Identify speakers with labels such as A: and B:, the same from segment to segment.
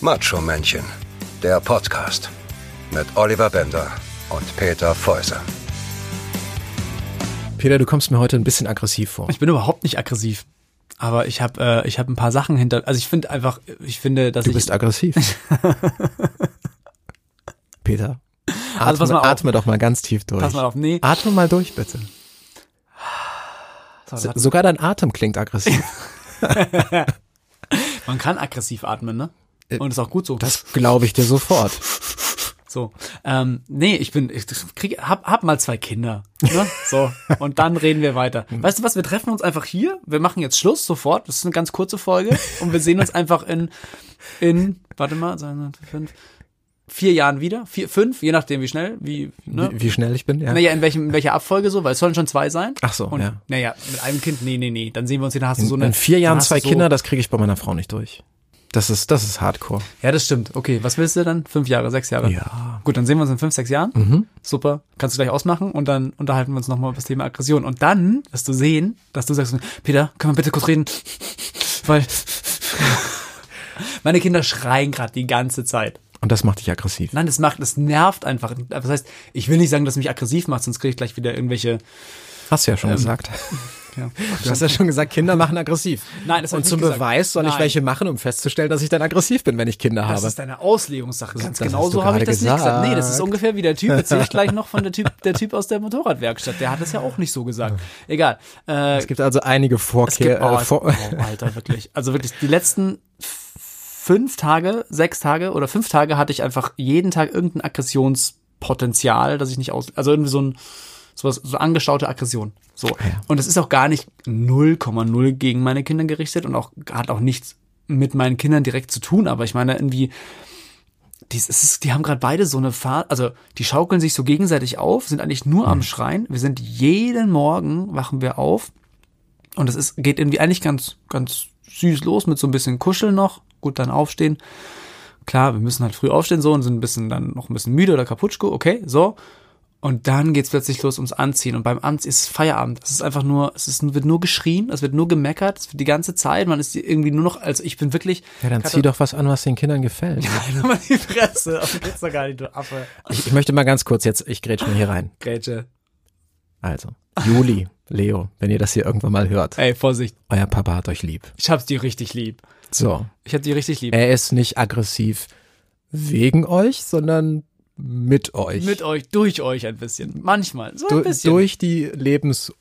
A: Macho Männchen, der Podcast mit Oliver Bender und Peter Fäuser.
B: Peter, du kommst mir heute ein bisschen aggressiv vor.
C: Ich bin überhaupt nicht aggressiv. Aber ich habe äh, ich hab ein paar Sachen hinter. Also ich finde einfach, ich finde, dass
B: Du
C: ich.
B: bist aggressiv. Peter, atme,
C: Also pass mal auf.
B: atme doch mal ganz tief durch.
C: Pass mal auf, nee.
B: Atme mal durch, bitte.
C: Sorry,
B: S-
C: warte.
B: Sogar dein Atem klingt aggressiv.
C: Man kann aggressiv atmen, ne? Und ist auch gut so.
B: Äh, Das glaube ich dir sofort.
C: so. Ähm, nee, ich bin, ich krieg, hab, hab mal zwei Kinder. Ne? So. Und dann reden wir weiter. Weißt du was, wir treffen uns einfach hier. Wir machen jetzt Schluss sofort. Das ist eine ganz kurze Folge. Und wir sehen uns einfach in, in, warte mal, fünf, vier Jahren wieder. Vier, fünf, je nachdem wie schnell, wie, ne?
B: Wie, wie schnell ich bin, ja.
C: Naja, in, welchem, in welcher Abfolge so, weil es sollen schon zwei sein.
B: Ach so,
C: und,
B: ja.
C: Naja, mit einem Kind, nee, nee, nee. Dann sehen wir uns hier, dann hast du
B: In,
C: so eine.
B: in vier
C: dann
B: Jahren
C: hast
B: zwei
C: du so,
B: Kinder, das kriege ich bei meiner Frau nicht durch. Das ist, das ist Hardcore.
C: Ja, das stimmt. Okay, was willst du dann? Fünf Jahre, sechs Jahre?
B: Ja. Mhm.
C: Gut, dann sehen wir uns in fünf, sechs Jahren. Super. Kannst du gleich ausmachen und dann unterhalten wir uns nochmal über das Thema Aggression. Und dann wirst du sehen, dass du sagst, Peter, können wir bitte kurz reden? Weil meine Kinder schreien gerade die ganze Zeit.
B: Und das macht dich aggressiv.
C: Nein, das macht, das nervt einfach. Das heißt, ich will nicht sagen, dass es mich aggressiv macht, sonst kriege ich gleich wieder irgendwelche.
B: Hast du ja schon
C: ähm,
B: gesagt.
C: Ja.
B: Du hast ja schon gesagt, Kinder machen aggressiv.
C: Nein, das hab
B: Und
C: ich
B: zum
C: nicht gesagt.
B: Beweis soll ich
C: Nein.
B: welche machen, um festzustellen, dass ich dann aggressiv bin, wenn ich Kinder
C: Das
B: habe.
C: ist deine Auslegungssache. Ganz
B: das
C: genau
B: hast du
C: so habe ich
B: gerade
C: das nicht gesagt. Nee, das ist
B: gesagt.
C: ungefähr wie der Typ, erzähl ich gleich noch von der Typ, der Typ aus der Motorradwerkstatt. Der hat das ja auch nicht so gesagt. Egal. Äh,
B: Es gibt also einige
C: es gibt,
B: Vorkehr,
C: oh,
B: äh, vor
C: oh, Alter, wirklich. Also wirklich, die letzten f- fünf Tage, sechs Tage oder fünf Tage hatte ich einfach jeden Tag irgendein Aggressionspotenzial, dass ich nicht aus, also irgendwie so ein, sowas, so angestaute Aggression. So.
B: Ah,
C: Und es ist auch gar nicht 0,0 gegen meine Kinder gerichtet und auch, hat auch nichts mit meinen Kindern direkt zu tun, aber ich meine irgendwie, die, es ist, die haben gerade beide so eine Phase, also die schaukeln sich so gegenseitig auf, sind eigentlich nur
B: Hm.
C: am Schreien. Wir sind jeden Morgen, wachen wir auf und es ist, geht irgendwie eigentlich ganz, ganz süß los mit so ein bisschen Kuscheln noch, gut dann aufstehen. Klar, wir müssen halt früh aufstehen so und sind ein bisschen dann noch ein bisschen müde oder kaputschko, okay, so. Und dann geht's plötzlich los ums Anziehen. Und beim Anziehen ist Feierabend. Es ist einfach nur, es ist, wird nur geschrien, es wird nur gemeckert, es wird die ganze Zeit. Man ist irgendwie nur noch, also ich bin wirklich.
B: Ja, dann zieh doch was an, was den Kindern gefällt.
C: Alter, mal die Fresse. Auf geht's doch gar nicht, du Affe.
B: Ich, ich möchte mal ganz kurz jetzt, ich grätsch mal hier rein.
C: Grätsche.
B: Also, Juli, Leo, wenn ihr das hier irgendwann mal hört,
C: Ey, Vorsicht.
B: euer Papa hat euch lieb.
C: Ich hab's dir richtig lieb.
B: So,
C: Ich hab die richtig lieb.
B: er ist nicht aggressiv wegen euch, sondern mit euch.
C: Mit euch, durch euch ein bisschen. Manchmal. So ein
B: Du,
C: bisschen.
B: durch die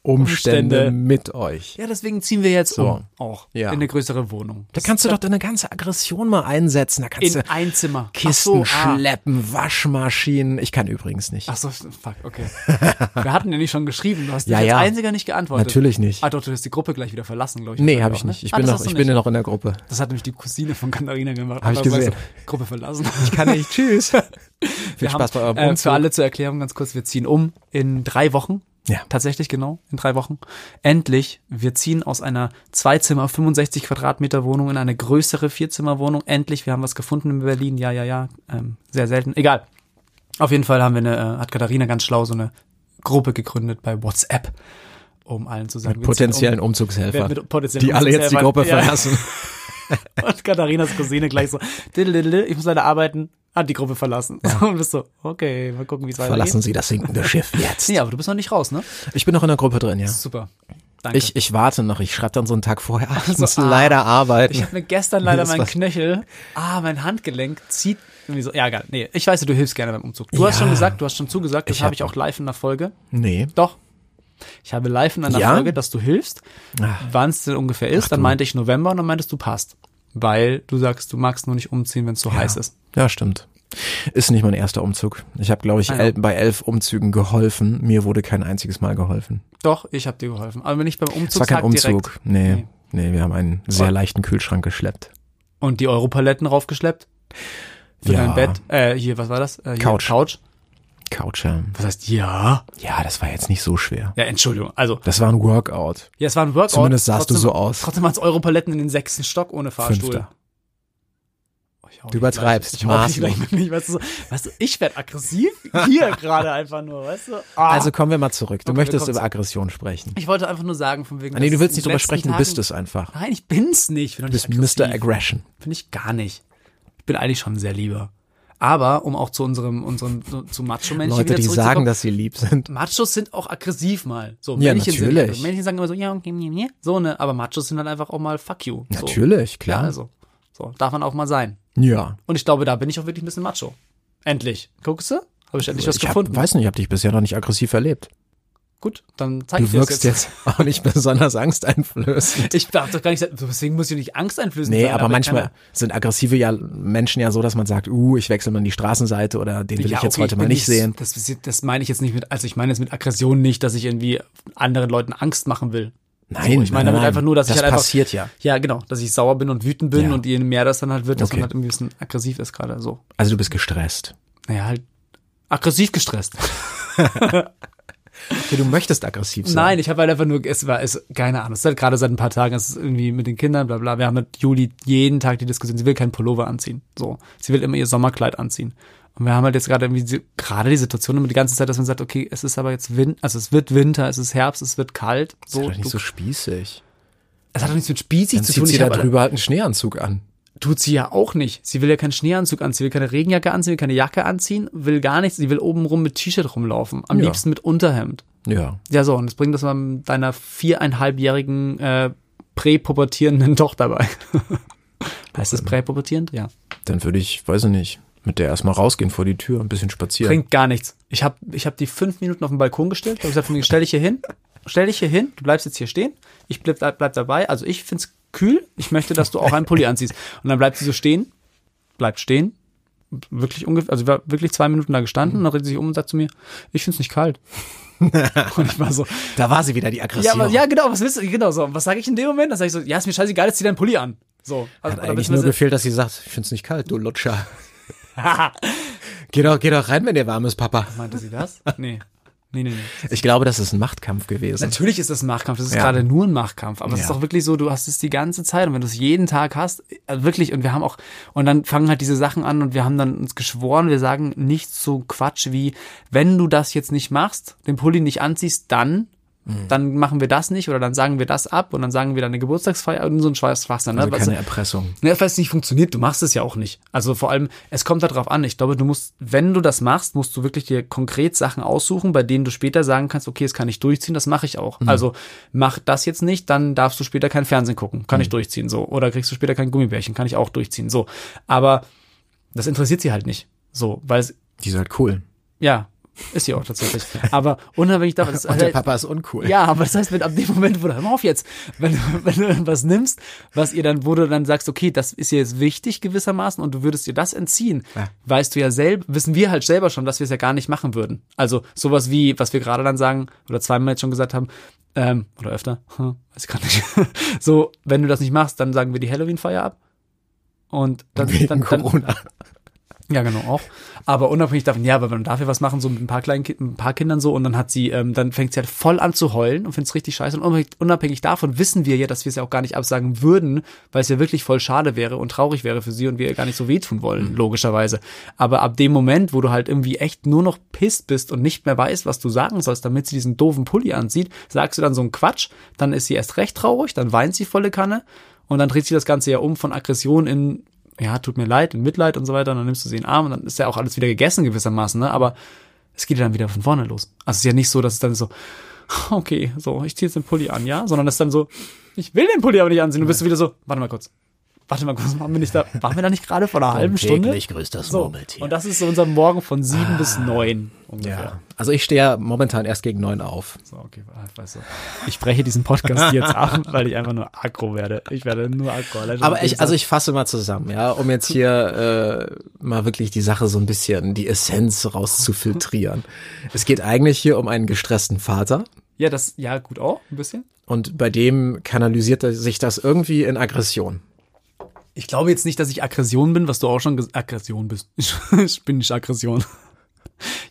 B: Lebensumstände
C: Umstände.
B: mit euch.
C: Ja, deswegen ziehen wir jetzt
B: So.
C: um. Auch.
B: Ja.
C: In eine größere Wohnung.
B: Da kannst du doch deine ganze Aggression mal einsetzen. Da kannst
C: in
B: du
C: ein Zimmer.
B: Kisten
C: Ach so, ah.
B: schleppen, Waschmaschinen. Ich kann übrigens nicht.
C: Ach so, fuck, okay. Wir hatten ja nicht schon geschrieben. Du hast
B: Ja,
C: ja, als
B: ja.
C: einziger nicht geantwortet.
B: Natürlich nicht.
C: Ah, doch, du hast die Gruppe gleich wieder verlassen, glaube ich.
B: Nee,
C: Wahrscheinlich
B: habe ich
C: auch, ne?
B: nicht. Ich
C: Ah,
B: bin,
C: das
B: noch,
C: hast du
B: ich bin
C: nicht.
B: noch in der Gruppe.
C: Das hat nämlich die Cousine von Katharina gemacht.
B: Hab ich
C: Aber sagst du,
B: gesehen.
C: Gruppe verlassen.
B: Kann ich. Tschüss. Viel
C: Wir
B: Spaß bei eurem
C: äh,
B: Umzug.
C: Für alle zur Erklärung ganz kurz, wir ziehen um in drei Wochen.
B: Ja.
C: Tatsächlich genau, in drei Wochen. Endlich, wir ziehen aus einer Zweizimmer, 65 Quadratmeter Wohnung in eine größere Vierzimmerwohnung. Endlich, wir haben was gefunden in Berlin. Ja, ja, ja. Ähm, sehr selten. Egal. Auf jeden Fall haben wir eine, äh, hat Katharina ganz schlau so eine Gruppe gegründet bei WhatsApp, um allen zu sagen, wir ziehen
B: Potenziellen
C: um, wer-
B: Umzugshelfer.
C: mit potenziellen
B: die alle jetzt die
C: Umzugshelfern-
B: Gruppe
C: Ja, ja.
B: verlassen.
C: um. Und Katharinas Cousine gleich so, diddle, ich muss leider arbeiten, hat die Gruppe verlassen. Und bist so, okay, mal gucken, wie es weitergeht.
B: Verlassen Sie das sinkende Schiff jetzt.
C: Ja, aber du bist noch nicht raus, ne?
B: Ich bin noch in der Gruppe drin, ja.
C: Super. Danke.
B: Ich, ich warte noch. Ich schreibe dann so einen Tag vorher. Ach, ich muss
C: ah.
B: leider
C: ich
B: arbeiten.
C: habe mir gestern leider
B: Das
C: meinen
B: war-
C: Knöchel, ah, mein Handgelenk zieht irgendwie so. Ja, egal. Nee, ich weiß, du hilfst gerne beim Umzug. Du hast
B: Ja.
C: schon gesagt, du hast schon zugesagt, das
B: Ich
C: habe
B: hab-
C: ich auch live in der Folge.
B: Nee.
C: Doch. Ich habe live in einer
B: Ja?
C: Folge, dass du hilfst.
B: Ach.
C: Wann es denn ungefähr ist, dann meinte ich November und dann meintest du passt. Weil du sagst, du magst nur nicht umziehen, wenn es so heiß ist.
B: Ja, stimmt. Ist nicht mein erster Umzug. Ich habe, glaube ich,
C: ja.
B: el bei elf Umzügen geholfen. Mir wurde kein einziges Mal geholfen.
C: Doch, ich habe dir geholfen. Aber nicht beim
B: Es war
C: Umzugstag
B: kein
C: direkt.
B: Umzug. Nee. nee, wir haben einen sehr leichten Kühlschrank geschleppt.
C: Und die Europaletten raufgeschleppt. Für
B: Ja.
C: dein Bett. Äh, hier, was war das? Äh, hier,
B: Couch.
C: Couch.
B: Couch. ja.
C: Was heißt ja?
B: Ja, das war jetzt nicht so schwer.
C: Ja, Entschuldigung. Also,
B: Das war ein Workout.
C: ja, es war ein Workout.
B: Zumindest sahst du
C: trotzdem,
B: so aus.
C: Trotzdem waren es Europaletten in den sechsten Stock ohne Fahrstuhl.
B: Fünfter.
C: Oh, ich hau
B: Du
C: dich gleich.
B: übertreibst.
C: Ich hau dich gleich
B: Maßlos.
C: mit nicht. Weißt du, so, weißt du ich werde aggressiv. Hier gerade einfach nur, weißt du? Ah.
B: Also kommen wir mal zurück. Du
C: Okay, wir
B: möchtest
C: kommen
B: über Aggression sprechen.
C: ich wollte einfach nur sagen, von wegen.
B: Ah, nee,
C: dass
B: du willst nicht
C: in den
B: drüber
C: letzten
B: sprechen, du
C: Tagen-
B: bist es einfach.
C: Nein, ich bin's nicht. Ich bin doch
B: Du bist
C: nicht
B: Mr.
C: aggressiv.
B: Aggression.
C: Bin ich gar nicht. Ich bin eigentlich schon sehr lieber. Aber um auch zu unserem, unserem zu Macho-Menschen
B: Leute,
C: wieder
B: die
C: zurückzukommen,
B: sagen, dass sie lieb sind.
C: Machos sind auch aggressiv mal. So,
B: Ja,
C: Männchen sind
B: natürlich.
C: also Männchen sagen immer so, ja, okay, nee, nee. so ne, aber Machos sind halt einfach auch mal fuck you. So.
B: Natürlich,
C: Ja,
B: klar.
C: also. So, darf man auch mal sein.
B: Ja.
C: Und ich glaube, da bin ich auch wirklich ein bisschen Macho. Endlich. Guckst du? Habe ich endlich was
B: Also, Ich hab,
C: gefunden.
B: weiß nicht, ich habe dich bisher noch nicht aggressiv erlebt.
C: Gut, dann zeig ich
B: Du
C: dir das
B: wirkst jetzt auch nicht besonders angsteinflößend.
C: Ich darf doch gar nicht, deswegen muss ich nicht Angst einflößen.
B: Nee,
C: sein,
B: aber
C: ich
B: manchmal
C: kann-
B: sind aggressive ja Menschen ja so, dass man sagt, uh, ich wechsle mal die Straßenseite oder den will
C: Ja,
B: ich jetzt
C: okay,
B: heute mal
C: bin
B: nicht sehen.
C: Das, das meine ich jetzt nicht mit, also ich meine jetzt mit Aggression nicht, dass ich irgendwie anderen Leuten Angst machen will.
B: Nein,
C: so, ich
B: nein,
C: meine damit
B: nein.
C: einfach nur, dass
B: das
C: ich halt einfach,
B: passiert ja.
C: Ja, genau, dass ich sauer bin und wütend bin
B: Ja.
C: und je mehr das dann halt wird, dass
B: Okay.
C: man halt irgendwie ein bisschen aggressiv ist gerade so.
B: Also du bist gestresst.
C: Naja, halt aggressiv gestresst.
B: Okay, du möchtest aggressiv sein.
C: Nein, ich habe halt einfach nur, es war, es, keine Ahnung, es ist halt gerade seit ein paar Tagen, es ist irgendwie mit den Kindern, bla bla. Wir haben mit Juli jeden Tag die Diskussion, sie will keinen Pullover anziehen. So. Sie will immer ihr Sommerkleid anziehen. Und wir haben halt jetzt gerade irgendwie die- gerade die Situation immer die ganze Zeit, dass man sagt, okay, es ist aber jetzt Winter, also es wird Winter, es ist Herbst, es wird kalt.
B: Sei
C: So,
B: doch nicht
C: du,
B: so spießig.
C: es hat doch nichts mit spießig
B: Dann
C: zu tun.
B: zieht sie
C: Ich
B: da
C: hab-
B: drüber halt einen Schneeanzug an.
C: tut sie ja auch nicht. Sie will ja keinen Schneeanzug anziehen, will keine Regenjacke anziehen, will keine Jacke anziehen, will gar nichts. Sie will oben rum mit T-Shirt rumlaufen. Am
B: Ja.
C: liebsten mit Unterhemd.
B: Ja.
C: Ja, so, und das bringt das mal deiner viereinhalbjährigen äh, präpubertierenden Tochter bei. heißt das präpubertierend? Ja.
B: Dann würde ich, weiß ich nicht, mit der erstmal rausgehen vor die Tür, ein bisschen spazieren.
C: Bringt gar nichts. Ich habe ich hab die fünf Minuten auf den Balkon gestellt. Ich habe gesagt, von mir, stell dich hier hin, stell dich hier hin, du bleibst jetzt hier stehen, ich bleib, bleib dabei. Also ich find's kühl, ich möchte, dass du auch einen Pulli anziehst. Und dann bleibt sie so stehen, bleibt stehen, wirklich ungefähr, also war wirklich zwei Minuten da gestanden, und dann dreht sie sich um und sagt zu mir, ich find's nicht kalt. und ich war so,
B: Da war sie wieder die
C: Ja,
B: Aggression.
C: aber, ja, genau, was willst du? Genau so. Was sage ich in dem Moment? Dann sage ich so, ja, ist mir scheißegal, jetzt zieh deinen Pulli an. So. Also,
B: Hat eigentlich
C: oder
B: nur
C: beziehungsweise-
B: gefehlt, dass sie sagt, ich find's nicht kalt, du Lutscher. geh doch, geh doch rein, wenn dir warm ist, Papa.
C: meinte sie das? Nee. Nee, nee, nee.
B: Ich glaube, das ist ein Machtkampf gewesen.
C: Natürlich ist das ein Machtkampf, das ist
B: Ja.
C: gerade nur ein Machtkampf, aber es ist
B: Ja.
C: doch wirklich so, du hast es die ganze Zeit und wenn du es jeden Tag hast, äh, wirklich, und wir haben auch, und dann fangen halt diese Sachen an und wir haben dann uns geschworen, wir sagen nicht so Quatsch wie, wenn du das jetzt nicht machst, den Pulli nicht anziehst, dann,
B: Mhm.
C: dann machen wir das nicht oder dann sagen wir das ab und dann sagen wir deine Geburtstagsfeier und so ein scheiß Schwachsinn. ne?
B: Also
C: Was-
B: keine Erpressung.
C: Ne, falls es nicht funktioniert, du machst es ja auch nicht. Also vor allem, es kommt darauf an. Ich glaube, du musst, wenn du das machst, musst du wirklich dir konkret Sachen aussuchen, bei denen du später sagen kannst, okay, das kann ich durchziehen, das mache ich
B: Mhm.
C: auch. Also mach das jetzt nicht, dann darfst du später kein Fernsehen gucken, kann ich
B: Mhm.
C: durchziehen so. Oder kriegst du später kein Gummibärchen, kann ich auch durchziehen so. Aber das interessiert sie halt nicht so, weil es,
B: Die ist halt cool.
C: ja, ist sie auch tatsächlich. Aber unabhängig davon, halt- das-
B: Und der Papa ist uncool.
C: ja, aber das heißt, wenn ab dem Moment, wo du, hör mal auf jetzt, wenn, du- wenn du irgendwas nimmst, was ihr dann, wo du dann sagst, okay, das ist ihr jetzt wichtig gewissermaßen und du würdest ihr das entziehen,
B: Ja.
C: weißt du ja selber, wissen wir halt selber schon, dass wir es ja gar nicht machen würden. Also sowas wie, was wir gerade dann sagen, oder zweimal jetzt schon gesagt haben, ähm, oder öfter, hm, weiß ich gerade nicht. so, wenn du das nicht machst, dann sagen wir die Halloween-Feier ab. Und dann,
B: Wegen
C: dann, dann,
B: Corona.
C: ja, genau, auch. Aber unabhängig davon, ja, aber wenn wir dafür was machen, so mit ein paar kleinen Ki- mit ein paar Kindern so, und dann hat sie, ähm, dann fängt sie halt voll an zu heulen und find's richtig scheiße. Und unabhängig, unabhängig davon wissen wir ja, dass wir es ja auch gar nicht absagen würden, weil es ja wirklich voll schade wäre und traurig wäre für sie und wir ihr gar nicht so wehtun wollen, logischerweise. Aber ab dem Moment, wo du halt irgendwie echt nur noch pisst bist und nicht mehr weißt, was du sagen sollst, damit sie diesen doofen Pulli anzieht, sagst du dann so einen Quatsch, dann ist sie erst recht traurig, dann weint sie volle Kanne und dann dreht sich das Ganze ja um von Aggression in, ja, tut mir leid, in Mitleid und so weiter. Und dann nimmst du sie in den Arm und dann ist ja auch alles wieder gegessen gewissermaßen, ne? Aber es geht ja dann wieder von vorne los. Also es ist ja nicht so, dass es dann so, okay, so, ich zieh jetzt den Pulli an, ja? Sondern es ist dann so, ich will den Pulli aber nicht anziehen. Du bist du wieder so, warte mal kurz. Warte mal kurz, waren wir nicht da, waren wir da nicht gerade vor einer halben Stunde?
B: grüßt das Ah,
C: So, und das ist so unser Morgen von sieben bis neun ungefähr.
B: Ja. Also ich stehe ja momentan erst gegen neun auf.
C: So, okay, weißt du. Ich breche diesen Podcast jetzt ab, weil ich einfach nur aggro werde. Ich werde nur aggro. allein schon
B: Aber
C: nachdem
B: ich, also ich fasse mal zusammen, ja, um jetzt hier äh, mal wirklich die Sache so ein bisschen, die Essenz rauszufiltrieren. Es geht eigentlich hier um einen gestressten Vater
C: Ja, das, ja, gut auch, ein bisschen.
B: und bei dem kanalisiert er sich das irgendwie in Aggression.
C: Ich glaube jetzt nicht, dass ich Aggression bin, was du auch schon gesagt Aggression bist. Ich bin nicht Aggression.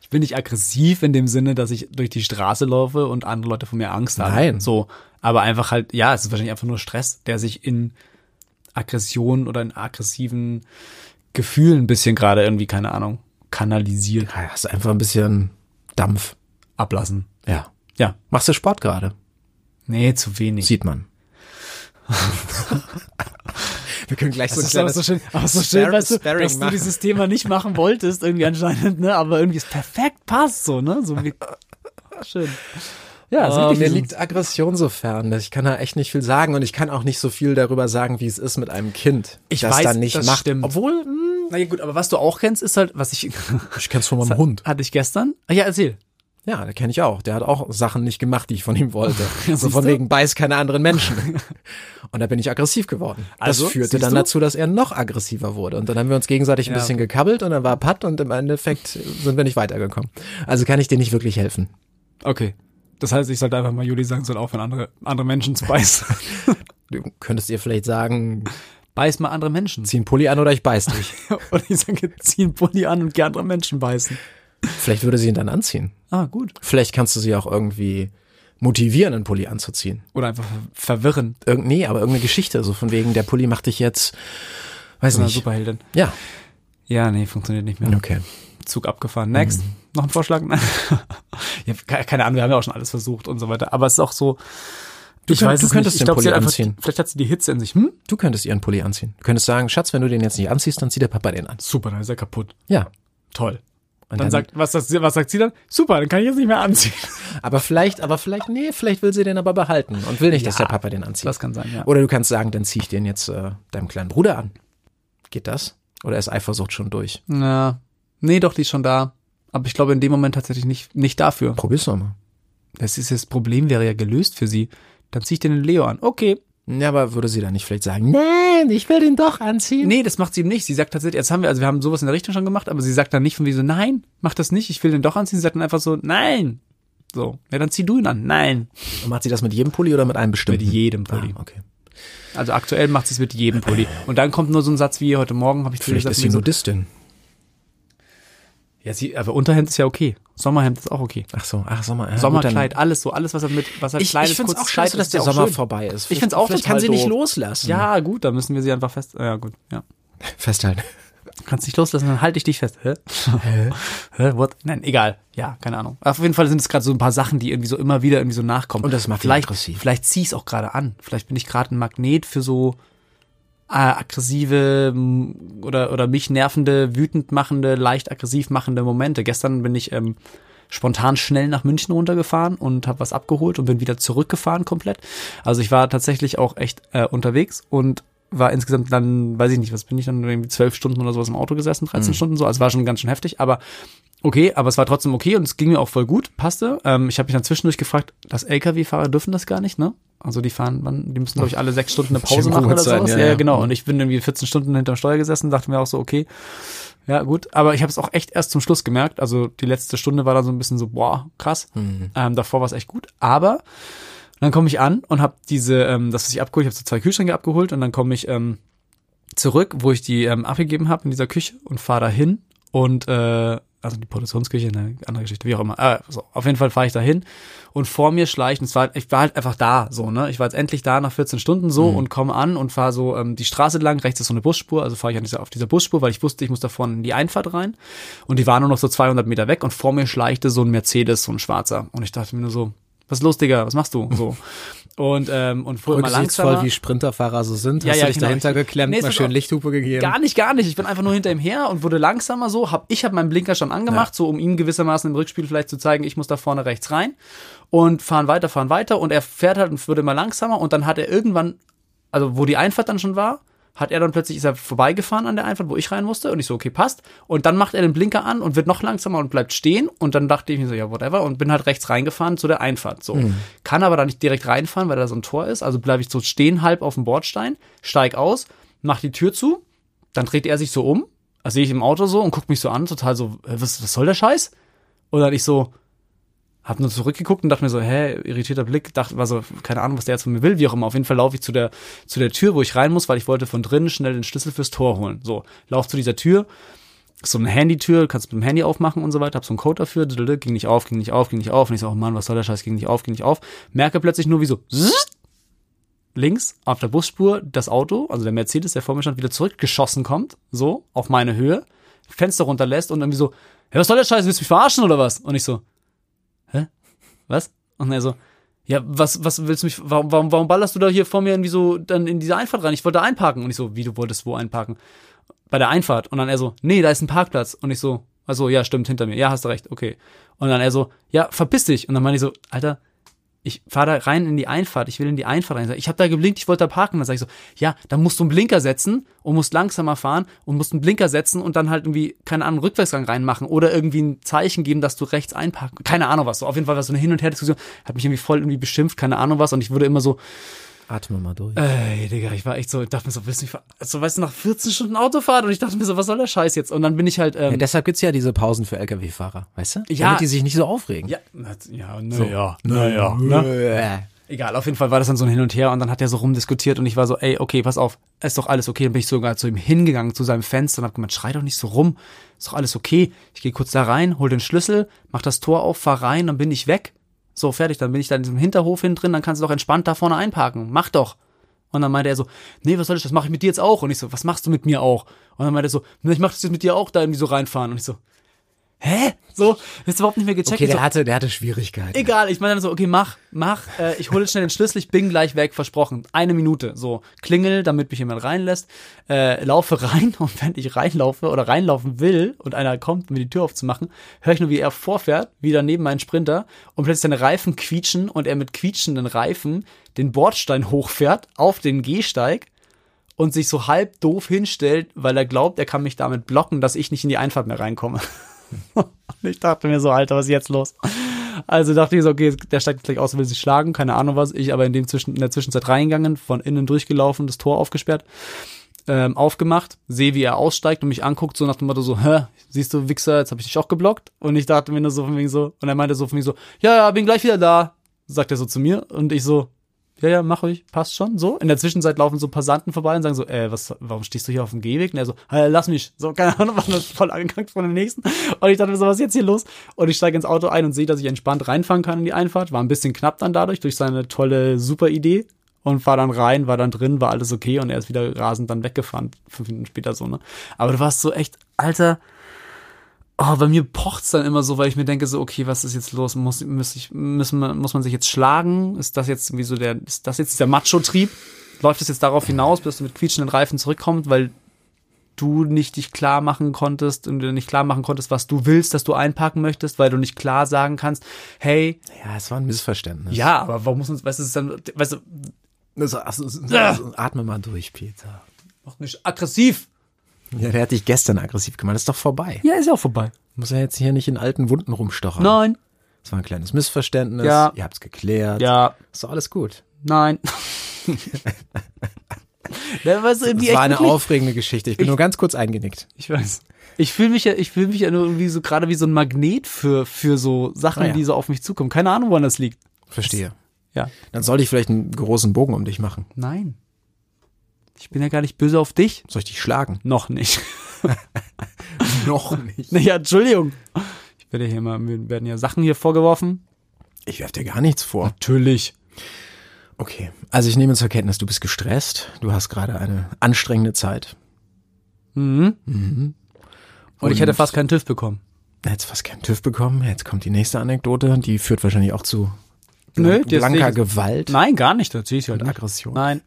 C: Ich bin nicht aggressiv in dem Sinne, dass ich durch die Straße laufe und andere Leute von mir Angst haben.
B: Nein.
C: So, aber einfach halt, ja, es ist wahrscheinlich einfach nur Stress, der sich in Aggression oder in aggressiven Gefühlen ein bisschen gerade irgendwie, keine Ahnung, kanalisiert,
B: Ja, das ist einfach ein bisschen Dampf.
C: ablassen.
B: Ja.
C: Ja,
B: Machst du Sport gerade?
C: nee, zu wenig.
B: Sieht man. Wir können gleich so ein
C: Das ist aber
B: kleines
C: so schön, aber so schön
B: Spar-
C: weißt du,
B: Sparring
C: dass du
B: machen.
C: dieses Thema nicht machen wolltest, irgendwie anscheinend, ne? Aber irgendwie ist perfekt passt so, ne? So wie, schön. Ja, das ist
B: Ah,
C: wirklich
B: mir
C: so.
B: liegt Aggression so fern. Ich kann da echt nicht viel sagen und ich kann auch nicht so viel darüber sagen, wie es ist mit einem Kind,
C: Ich
B: das
C: weiß,
B: dann nicht
C: das
B: macht.
C: stimmt.
B: Obwohl, hm, mh,
C: Na ja, gut, aber was du auch kennst, ist halt, was ich
B: ich kenn's von meinem Hund.
C: hatte ich gestern. Ah, Ja, erzähl.
B: Ja, den kenne ich auch. Der hat auch Sachen nicht gemacht, die ich von ihm wollte. so
C: Siehst
B: von
C: du?
B: wegen beiß keine anderen Menschen. Und da bin ich aggressiv geworden.
C: Also,
B: das führte
C: siehst
B: dann
C: du?
B: dazu, dass er noch aggressiver wurde. Und dann haben wir uns gegenseitig ein
C: Ja.
B: bisschen gekabbelt und dann war Patt und im Endeffekt sind wir nicht weitergekommen. Also kann ich dir nicht wirklich helfen.
C: Okay. Das heißt, ich sollte einfach mal Juli sagen, soll aufhören, andere, andere Menschen zu beißen.
B: Du könntest ihr vielleicht sagen,
C: Beiß mal andere Menschen.
B: zieh einen Pulli an oder ich beiß dich.
C: Oder ich sage, zieh einen Pulli an und geh andere Menschen beißen.
B: vielleicht würde sie ihn dann anziehen.
C: Ah, gut.
B: Vielleicht kannst du sie auch irgendwie motivieren, einen Pulli anzuziehen.
C: Oder einfach verwirren.
B: Irgend, nee, aber irgendeine Geschichte. So von wegen, der Pulli macht dich jetzt, weiß
C: So eine
B: nicht.
C: Superheldin.
B: Ja,
C: Ja, nee, funktioniert nicht mehr.
B: okay.
C: Zug abgefahren. Next. Noch ein Vorschlag? ja, ke- keine Ahnung, wir haben ja auch schon alles versucht und so weiter. Aber es ist auch so. Du,
B: könnt- du könntest
C: ich
B: den
C: glaub, sie
B: Pulli
C: hat einfach,
B: anziehen.
C: Vielleicht hat sie die Hitze in sich. Hm?
B: Du könntest ihren Pulli anziehen. Du könntest sagen, Schatz, wenn du den jetzt nicht anziehst, dann zieht der Papa den an.
C: Super, dann ist er kaputt.
B: Ja.
C: Toll.
B: Und
C: Dann, sagt, was, sagt sie- was sagt sie dann? Super, dann kann ich jetzt nicht mehr anziehen.
B: aber vielleicht, aber vielleicht, nee, vielleicht will sie den aber behalten und will nicht, dass der Papa den anzieht.
C: Das kann sein, ja.
B: Oder du kannst sagen, dann zieh ich den jetzt äh, deinem kleinen Bruder an. Geht das? Oder ist Eifersucht schon durch?
C: Ja. Nee, doch, die ist schon da. Aber ich glaube in dem Moment tatsächlich nicht, nicht dafür.
B: Probier's doch mal.
C: Das ist das Problem wäre ja gelöst für sie. Dann zieh ich den Leo an. Okay.
B: Ja, aber würde sie dann nicht vielleicht sagen, nein, ich will den doch anziehen?
C: Nee, das macht sie eben nicht. Sie sagt tatsächlich, jetzt haben wir, also wir haben sowas in der Richtung schon gemacht, aber sie sagt dann nicht von wie so, nein, mach das nicht, ich will den doch anziehen. Sie sagt dann einfach so, nein. So. Ja, dann zieh du ihn an. Nein.
B: Und macht sie das mit jedem Pulli oder mit einem bestimmten?
C: Mit jedem Pulli.
B: Ah, okay.
C: Also aktuell macht sie es mit jedem Pulli. Und dann kommt nur so ein Satz wie heute Morgen habe ich zu ihr
B: Vielleicht
C: gesagt.
B: ist sie
C: so,
B: Nudistin.
C: ja, sie, aber Unterhemd ist ja okay. Sommerhemd ist auch okay.
B: Ach so, ach Sommer. Ja, gut,
C: Sommerkleid, alles so, alles, was er mit, was er
B: Ich, ich finde es auch scheiße, dass der Sommer vorbei ist.
C: Ich find's auch
B: Vielleicht
C: total
B: kann sie nicht
C: doof.
B: loslassen.
C: Ja, gut, dann müssen wir sie einfach fest. Ja, gut, ja.
B: Festhalten.
C: Du kannst nicht loslassen, dann halte ich dich fest. Hä? Hä? Hä? What? Nein, egal. Ja, keine Ahnung. Auf jeden Fall sind es gerade so ein paar Sachen, die irgendwie so immer wieder irgendwie so nachkommen.
B: Und das macht ihn
C: vielleicht,
B: aggressiv.
C: Vielleicht zieh ich's auch gerade an. Vielleicht bin ich gerade ein Magnet für so äh, aggressive m, oder, oder mich nervende, wütend machende, leicht aggressiv machende Momente. Gestern bin ich ähm, spontan schnell nach München runtergefahren und habe was abgeholt und bin wieder zurückgefahren komplett. Also ich war tatsächlich auch echt äh, unterwegs und war insgesamt dann, weiß ich nicht, was bin ich dann, irgendwie zwölf Stunden oder sowas im Auto gesessen,
B: Mhm.
C: 13 Stunden so. Also war schon ganz schön heftig, aber okay, aber es war trotzdem okay und es ging mir auch voll gut, passte. Ähm, ich habe mich dann zwischendurch gefragt, dass LKW-Fahrer dürfen das gar nicht, ne? Also die fahren, wann, die müssen, glaube ich, alle sechs Stunden eine Pause
B: Schön
C: machen oder
B: kurz sein,
C: sowas.
B: ja,
C: ja,
B: ja.
C: ja, genau. Und ich bin irgendwie 14 Stunden hinterm Steuer gesessen, dachte mir auch so, okay, ja, gut, aber ich habe es auch echt erst zum Schluss gemerkt. Also die letzte Stunde war dann so ein bisschen so, boah, krass. Ähm, davor war es echt gut. Aber dann komme ich an und habe diese, ähm, das, was ich abgeholt, ich habe so zwei Kühlschränke abgeholt und dann komme ich ähm, zurück, wo ich die ähm, abgegeben habe in dieser Küche und fahre dahin und äh, also die Produktionsküche, eine andere Geschichte, wie auch immer. Äh, so, auf jeden Fall fahre ich dahin und vor mir schleichen. Es war, ich war halt einfach da, so ne. Ich war jetzt endlich da nach 14 Stunden
B: Mhm.
C: so und komme an und fahre so ähm, die Straße lang. Rechts ist so eine Busspur, also fahre ich an dieser, auf dieser Busspur, weil ich wusste, ich muss da vorne in die Einfahrt rein. Und die war nur noch so 200 Meter weg und vor mir schleichte so ein Mercedes, so ein schwarzer. Und ich dachte mir nur so, was ist los, Digga? Was machst du? So und ähm, und fuhr immer langsamer.
B: voll, wie Sprinterfahrer so sind.
C: Ja,
B: Hast
C: ja,
B: du dich
C: genau.
B: dahinter
C: Ich-
B: geklemmt,
C: Nee, es
B: mal
C: ist
B: schön
C: auch-
B: Lichthupe gegeben.
C: Gar nicht, gar nicht. Ich bin einfach nur hinter ihm her und wurde langsamer so. Hab, ich habe meinen Blinker schon angemacht, so um ihm gewissermaßen im Rückspiel vielleicht zu zeigen, ich muss da vorne rechts rein. Und fahren weiter, fahren weiter. Und er fährt halt und wird immer langsamer. Und dann hat er irgendwann, also wo die Einfahrt dann schon war, hat er dann plötzlich, ist er vorbeigefahren an der Einfahrt, wo ich rein musste. Und ich so, okay, passt. Und dann macht er den Blinker an und wird noch langsamer und bleibt stehen. Und dann dachte ich mir so, ja, whatever. Und bin halt rechts reingefahren zu der Einfahrt. So. Kann aber da nicht direkt reinfahren, weil da so ein Tor ist. Also bleibe ich so stehen, halb auf dem Bordstein, steig aus, mach die Tür zu dann dreht er sich so um, also sehe ich im Auto so und guckt mich so an, total so, äh, was, was soll der Scheiß? Und dann ich so, hab nur zurückgeguckt und dachte mir so, hä, irritierter Blick, dachte, war so, keine Ahnung, was der jetzt von mir will, wie auch immer. Auf jeden Fall laufe ich zu der, zu der Tür, wo ich rein muss, weil ich wollte von drinnen schnell den Schlüssel fürs Tor holen. So, lauf zu dieser Tür, ist so eine Handytür, kannst mit dem Handy aufmachen und so weiter, hab so einen Code dafür, dödödö, ging nicht auf, ging nicht auf, ging nicht auf. Und ich so, oh Mann, was soll der Scheiß, ging nicht auf, ging nicht auf. Merke plötzlich nur, wie so, links auf der Busspur das Auto, also der Mercedes, der vor mir stand, wieder zurückgeschossen kommt, so, auf meine Höhe, Fenster runterlässt und irgendwie so, hey, was soll der Scheiß, willst du mich verarschen oder was? Und ich so, hä? Was? Und er so, ja, was, was willst du mich, warum, warum, warum ballerst du da hier vor mir irgendwie so dann in diese Einfahrt rein? Ich wollte da einparken. Und ich so, wie du wolltest wo einparken? Bei der Einfahrt. Und dann er so, nee, da ist ein Parkplatz. Und ich so, also ja, stimmt, hinter mir. Ja, hast du recht, okay. Und dann er so, ja, verpiss dich. Und dann meine ich so, Alter, ich fahre da rein in die Einfahrt, ich will in die Einfahrt rein. Ich habe da geblinkt, ich wollte da parken. Dann sage ich so, ja, dann musst du einen Blinker setzen und musst langsamer fahren und musst einen Blinker setzen und dann halt irgendwie, keine Ahnung, Rückwärtsgang reinmachen oder irgendwie ein Zeichen geben, dass du rechts einparken. Keine Ahnung was. So, auf jeden Fall war so eine Hin- und Her-Diskussion, hat mich irgendwie voll irgendwie beschimpft, keine Ahnung was. Und ich wurde immer so,
B: Atme mal durch.
C: Ey, Digga, ich war echt so, ich dachte mir so, willst du mich ver also, weißt du, nach 14 Stunden Autofahrt und ich dachte mir so, was soll der Scheiß jetzt? Und dann bin ich halt, ähm,
B: ja, deshalb gibt's ja diese Pausen für Lkw-Fahrer, weißt du?
C: Ja.
B: Damit die sich nicht so aufregen.
C: ja, na, ja, na, ja, na, ja, na,
B: ne?
C: Egal, auf jeden Fall war das dann so ein Hin und Her und dann hat er so rumdiskutiert und ich war so, ey, okay, pass auf, ist doch alles okay. Dann bin ich sogar zu ihm hingegangen, zu seinem Fenster und hab gemeint, schrei doch nicht so rum, ist doch alles okay. Ich gehe kurz da rein, hol den Schlüssel, mach das Tor auf, fahr rein, dann bin ich weg. So, fertig, dann bin ich da in diesem Hinterhof hin drin, dann kannst du doch entspannt da vorne einparken, mach doch. Und dann meinte er so, nee, was soll ich, das mache ich mit dir jetzt auch. Und ich so, was machst du mit mir auch? Und dann meinte er so, nee, ich mach das jetzt mit dir auch, da irgendwie so reinfahren. Und ich so, hä? So, das ist überhaupt nicht mehr gecheckt.
B: Okay,
C: Ich so,
B: der hatte, der hatte Schwierigkeiten.
C: Egal, ich meine dann so, okay, mach, mach, äh, ich hole jetzt schnell den Schlüssel, ich bin gleich weg, versprochen. Eine Minute, so, klingel, damit mich jemand reinlässt, äh, laufe rein und wenn ich reinlaufe oder reinlaufen will und einer kommt, um mir die Tür aufzumachen, höre ich nur, wie er vorfährt, wieder neben meinen Sprinter und plötzlich seine Reifen quietschen und er mit quietschenden Reifen den Bordstein hochfährt auf den Gehsteig und sich so halb doof hinstellt, weil er glaubt, er kann mich damit blocken, dass ich nicht in die Einfahrt mehr reinkomme. Und ich dachte mir so, Alter, was ist jetzt los? Also dachte ich so, okay, der steigt gleich aus, will sich schlagen, keine Ahnung was. Ich aber in, dem Zwischen, in der Zwischenzeit reingegangen, von innen durchgelaufen, das Tor aufgesperrt, ähm, aufgemacht, sehe, wie er aussteigt und mich anguckt, so nach dem Motto so, hä, siehst du, Wichser, jetzt habe ich dich auch geblockt. Und ich dachte mir nur so von wegen so, und er meinte so von wegen so, ja, ja, bin gleich wieder da, sagt er so zu mir. Und ich so, ja, ja, mach euch, passt schon, so. In der Zwischenzeit laufen so Passanten vorbei und sagen so, äh, was, warum stehst du hier auf dem Gehweg? Und er so, hey, lass mich. So, keine Ahnung, war das voll angekackt von dem Nächsten. Und ich dachte mir so, was ist jetzt hier los? Und ich steige ins Auto ein und sehe, dass ich entspannt reinfahren kann in die Einfahrt. War ein bisschen knapp dann dadurch, durch seine tolle, super Idee. Und war dann rein, war dann drin, war alles okay und er ist wieder rasend dann weggefahren, fünf Minuten später so, ne. Aber du warst so echt, alter, Oh, bei mir pocht's dann immer so, weil ich mir denke so, okay, was ist jetzt los? Muss, muss, ich, müssen, wir- muss man sich jetzt schlagen? Ist das jetzt irgendwie so der, ist das jetzt der Macho-Trieb? Läuft es jetzt darauf hinaus, dass du mit quietschenden Reifen zurückkommst, weil du nicht dich klar machen konntest und dir nicht klar machen konntest, was du willst, dass du einparken möchtest, weil du nicht klar sagen kannst, hey,
B: Ja, es war ein Missverständnis.
C: ja, aber warum muss man, weißt du, es ist dann, weißt du,
B: Also, also, also, atme mal durch, Peter.
C: mach nicht aggressiv.
B: Ja, der hat dich gestern aggressiv gemacht. Das ist doch vorbei.
C: Ja, ist ja auch vorbei.
B: Muss er jetzt hier nicht in alten Wunden rumstochern.
C: Nein,
B: Es war ein kleines Missverständnis.
C: Ja.
B: Ihr habt's geklärt.
C: Ja.
B: Ist doch alles gut.
C: nein. Ja, weißt du, irgendwie
B: Es war
C: echt
B: eine
C: wirklich-
B: aufregende Geschichte. Ich bin nur ganz kurz eingenickt.
C: Ich weiß. Ich fühle mich ja, ich fühle mich ja nur irgendwie so gerade wie so ein Magnet für für so Sachen,
B: Ah, ja.
C: die so auf mich zukommen. Keine Ahnung, woran das liegt.
B: Verstehe.
C: Ja.
B: Dann sollte ich vielleicht einen großen Bogen um dich machen.
C: Nein. Ich bin ja gar nicht böse auf dich.
B: Soll ich dich schlagen?
C: Noch nicht.
B: Noch nicht.
C: Naja, Entschuldigung. Ich werde hier immer, mir werden ja Sachen hier vorgeworfen.
B: Ich werf dir gar nichts vor.
C: Natürlich.
B: Okay. Also ich nehme zur Kenntnis, du bist gestresst. Du hast gerade eine anstrengende Zeit.
C: Und, ich hätte fast keinen TÜV bekommen.
B: Hättest fast keinen TÜV bekommen. Jetzt kommt die nächste Anekdote. Die führt wahrscheinlich auch zu
C: Nö, die ist
B: blanker
C: nicht-
B: Gewalt
C: Nein, gar nicht. Das sehe ich halt
B: und
C: nicht.
B: Aggression.
C: Nein.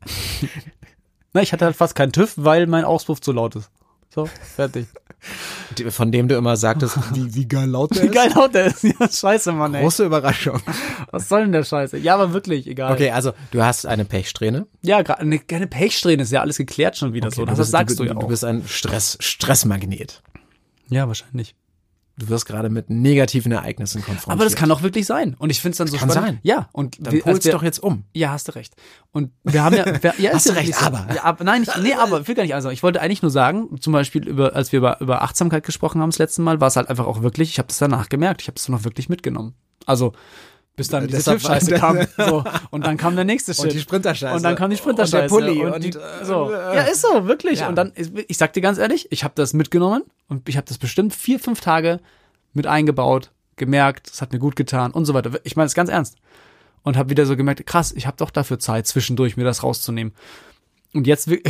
C: Na, ich hatte halt fast keinen TÜV, weil mein Auspuff zu laut ist. So, fertig.
B: Die- Von dem du immer sagtest, wie, wie geil laut der
C: Wie
B: ist.
C: geil laut der ist. Ja, scheiße, Mann, ey.
B: Große Überraschung.
C: Was soll denn der Scheiße? Ja, aber wirklich, egal.
B: Okay, also du hast eine Pechsträhne.
C: Ja, gerade eine kleine Pechsträhne ist ja alles geklärt schon wieder so.
B: Du
C: Das,
B: bist-
C: sagst du,
B: du,
C: ja
B: Du
C: auch.
B: bist ein Stress, Stressmagnet.
C: Ja, wahrscheinlich.
B: Du wirst gerade mit negativen Ereignissen konfrontiert.
C: Aber das kann auch also wirklich sein. Und ich finde es dann so
B: kann
C: spannend.
B: sein.
C: Ja, und
B: Dann
C: als
B: polst
C: wir-
B: doch jetzt um.
C: Ja, hast du recht. Und wir haben ja, wir, ja
B: Hast
C: ist ja
B: du recht,
C: wirklich so.
B: aber.
C: Ja, aber nein, ich, nee, aber ich will gar nicht also. Ich wollte eigentlich nur sagen, zum Beispiel über, als wir über, über Achtsamkeit gesprochen haben das letzte Mal, war es halt einfach auch wirklich. Ich habe das danach gemerkt. Ich habe das dann auch wirklich mitgenommen. Also bis dann diese
B: Äh, deshalb war-
C: TÜV-Scheiße kam. So. Und dann kam der nächste Shit.
B: Sprinterscheiße.
C: Und dann kam die Sprinterscheiße.
B: Und der Pulli.
C: Und
B: Und,
C: die,
B: äh,
C: so. Ja, ist so, wirklich.
B: Ja.
C: Und dann, ich sag dir ganz ehrlich, ich habe das mitgenommen und ich habe das bestimmt vier, fünf Tage mit eingebaut, gemerkt, es hat mir gut getan und so weiter. Ich meine es ganz ernst. Und habe wieder so gemerkt, krass, ich habe doch dafür Zeit, zwischendurch mir das rauszunehmen. Und jetzt, wir-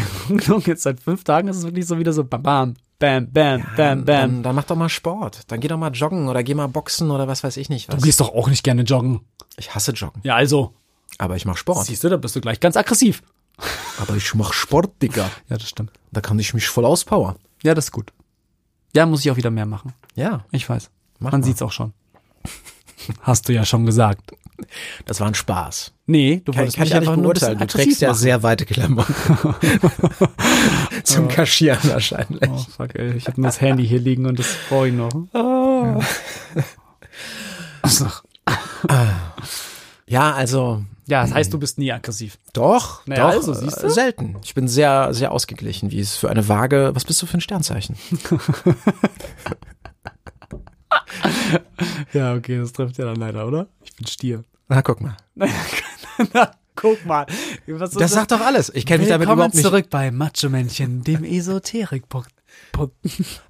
C: jetzt seit fünf Tagen ist es wirklich so wieder so, bam, bam, bam, bam, bam, bam.
B: Dann, dann mach doch mal Sport. Dann geh doch mal joggen oder geh mal boxen oder was weiß ich nicht
C: Du
B: was.
C: gehst doch auch nicht gerne joggen.
B: Ich hasse Joggen,
C: Ja, also.
B: aber ich mach Sport.
C: Siehst du, da bist du gleich ganz aggressiv.
B: Aber ich mach Sport, Digga.
C: Ja, das stimmt.
B: Da kann ich mich voll auspowern.
C: Ja, das ist gut. Ja, muss ich auch wieder mehr machen.
B: Ja,
C: Ich weiß.
B: Mach
C: Man
B: mal.
C: sieht's auch schon. Hast du ja schon gesagt.
B: das war ein Spaß.
C: Nee, du
B: Kann,
C: wolltest
B: kann ich
C: mich
B: ja
C: einfach
B: nicht
C: nur ein bisschen
B: beurteilen. Du trägst
C: aggressiv
B: ja
C: machen.
B: sehr weite Klamotten. Zum Kaschieren wahrscheinlich.
C: Oh, fuck, ey. Ich habe nur das Handy hier liegen und das brauche ich noch. Ja. Ach,
B: Ja, also
C: Ja, das heißt, du bist nie aggressiv.
B: doch,
C: Naja,
B: doch. äh,
C: also, siehst du?
B: Selten. Ich bin sehr, sehr ausgeglichen, wie es für eine Waage. Was bist du für ein Sternzeichen?
C: Ja, okay, das trifft ja dann leider, oder? Ich bin Stier.
B: Na, guck mal.
C: Na, guck mal. Was ist
B: Das sagt doch alles. Ich kenne mich damit
C: Willkommen
B: überhaupt nicht.
C: zurück bei Macho-Männchen, dem Esoterik-Podcast. Oh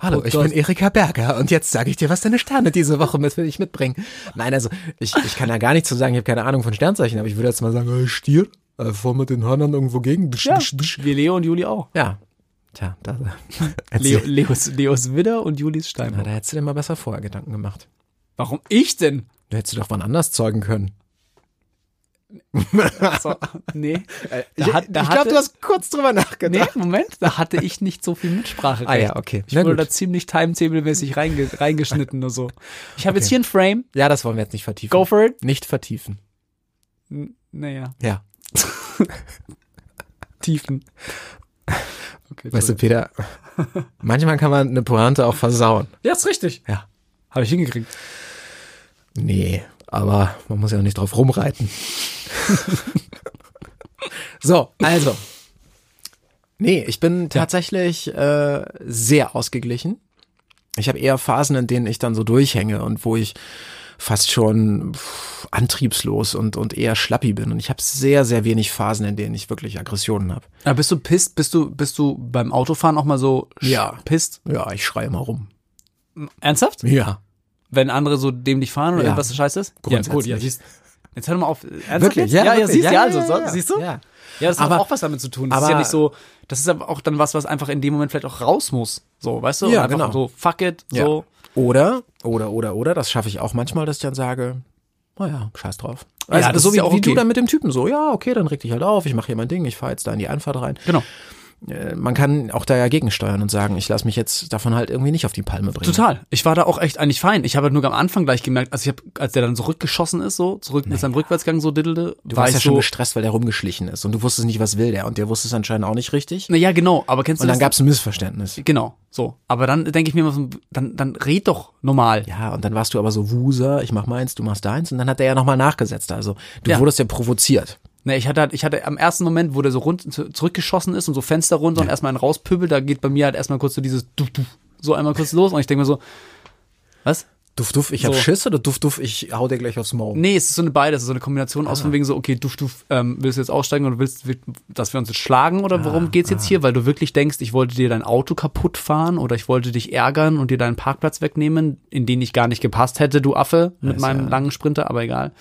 B: Hallo, ich bin Erika Berger und jetzt sage ich dir, was deine Sterne diese Woche mit für dich mitbringen. Nein, also ich, ich kann da gar nichts zu sagen, ich habe keine Ahnung von Sternzeichen, aber ich würde jetzt mal sagen, äh, Stier, äh, vor mit den Hörnern irgendwo gegen. Dusch,
C: Ja,
B: dusch, dusch.
C: wie Leo und Juli auch.
B: ja. Tja, da, da.
C: Leo,
B: Erzähl.
C: Leos, Leos Widder und Julis
B: Na,
C: Steinbock.
B: da hättest du dir mal besser vorher Gedanken gemacht.
C: Warum ich denn?
B: Da hättest du doch wann anders zeugen können.
C: So, nee.
B: Äh, ich
C: hat- da
B: ich glaube,
C: hatte-
B: du hast kurz drüber
C: Nee,
B: nachgedacht.
C: Moment, da hatte ich nicht so viel Mitsprache.
B: Ah ja, okay.
C: Ich
B: Na
C: wurde
B: gut.
C: da ziemlich timetable-mäßig reinge reingeschnitten oder so. Ich habe jetzt hier ein Frame.
B: Ja, das wollen wir jetzt nicht vertiefen.
C: Go for it.
B: Nicht vertiefen.
C: Hm. N naja,
B: Ja.
C: Tiefen. Okay,
B: Weißt du, Peter, manchmal kann man eine Pointe auch versauen.
C: ja, ist richtig.
B: Ja.
C: Habe ich hingekriegt.
B: Nee, aber man muss ja auch nicht drauf rumreiten. so, also. Nee, ich bin tatsächlich äh, sehr ausgeglichen. Ich habe eher Phasen, in denen ich dann so durchhänge und wo ich fast schon pff, antriebslos und, und eher schlappi bin. Und ich habe sehr, sehr wenig Phasen, in denen ich wirklich Aggressionen habe.
C: Aber bist du pisst? Bist du, bist du beim Autofahren auch mal so sch-
B: Ja.
C: pisst?
B: Ja, ich schreie immer rum.
C: Ernsthaft?
B: Ja.
C: Wenn andere so dämlich fahren oder
B: Ja.
C: irgendwas scheiße ist?
B: Grundsätzlich.
C: siehst Jetzt hör doch mal auf. Ernsthaft?
B: Wirklich?
C: jetzt? Ja, ja,
B: wirklich.
C: siehst du, ja, also, so- siehst du?
B: Ja.
C: Ja, das hat
B: Aber-
C: auch was damit zu tun. Das ist
B: aber-
C: ja nicht so, das ist aber auch dann was, was einfach in dem Moment vielleicht auch raus muss. So, weißt du?
B: Ja,
C: einfach
B: genau.
C: so, fuck it,
B: Ja.
C: so.
B: Oder, oder, oder, oder, das schaffe ich auch manchmal, dass ich dann sage, naja, scheiß drauf. Also,
C: das
B: so
C: ist
B: wie,
C: ja auch
B: wie du
C: okay.
B: dann mit dem Typen so, ja, okay, dann reg dich halt auf, ich mache hier mein Ding, ich fahre jetzt da in die Einfahrt rein.
C: Genau.
B: Äh, Man kann auch da ja gegensteuern und sagen, ich lasse mich jetzt davon halt irgendwie nicht auf die Palme bringen.
C: Total. Ich war da auch echt eigentlich fein. Ich habe halt nur am Anfang gleich gemerkt, also ich hab, als der dann so rückgeschossen ist, so, zurück mit seinem Rückwärtsgang so diddelte,
B: Du
C: war
B: warst
C: ich
B: ja schon
C: so.
B: gestresst, weil der rumgeschlichen ist und du wusstest nicht, was will der und der wusste es anscheinend auch nicht richtig.
C: Na ja, genau, aber kennst du
B: Und dann
C: das?
B: gab es ein Missverständnis.
C: Genau, so. Aber dann denke ich mir immer so, dann, dann red doch normal.
B: Ja, und dann warst du aber so Wuser, ich mach meins, du machst deins und dann hat der ja nochmal nachgesetzt. Also du
C: Ja.
B: wurdest ja provoziert.
C: Ne, ich hatte, halt- ich hatte am ersten Moment, wo der so rund zu- zurückgeschossen ist und so Fenster runter und erstmal einen rauspübelt, da geht bei mir halt erstmal kurz so dieses du, du, so einmal kurz los und ich denke mir so, was?
B: Duff, duff, ich hab
C: So.
B: Schiss oder duff, duff, ich hau dir gleich aufs Maul.
C: Nee, es ist so eine beides, so eine Kombination aus von wegen so, okay, du, du ähm, willst du jetzt aussteigen und willst, dass wir uns jetzt schlagen oder worum geht's jetzt hier? Weil du wirklich denkst, ich wollte dir dein Auto kaputt fahren oder ich wollte dich ärgern und dir deinen Parkplatz wegnehmen, in den ich gar nicht gepasst hätte, du Affe, mit
B: Ist
C: meinem
B: ja-
C: langen Sprinter, aber egal.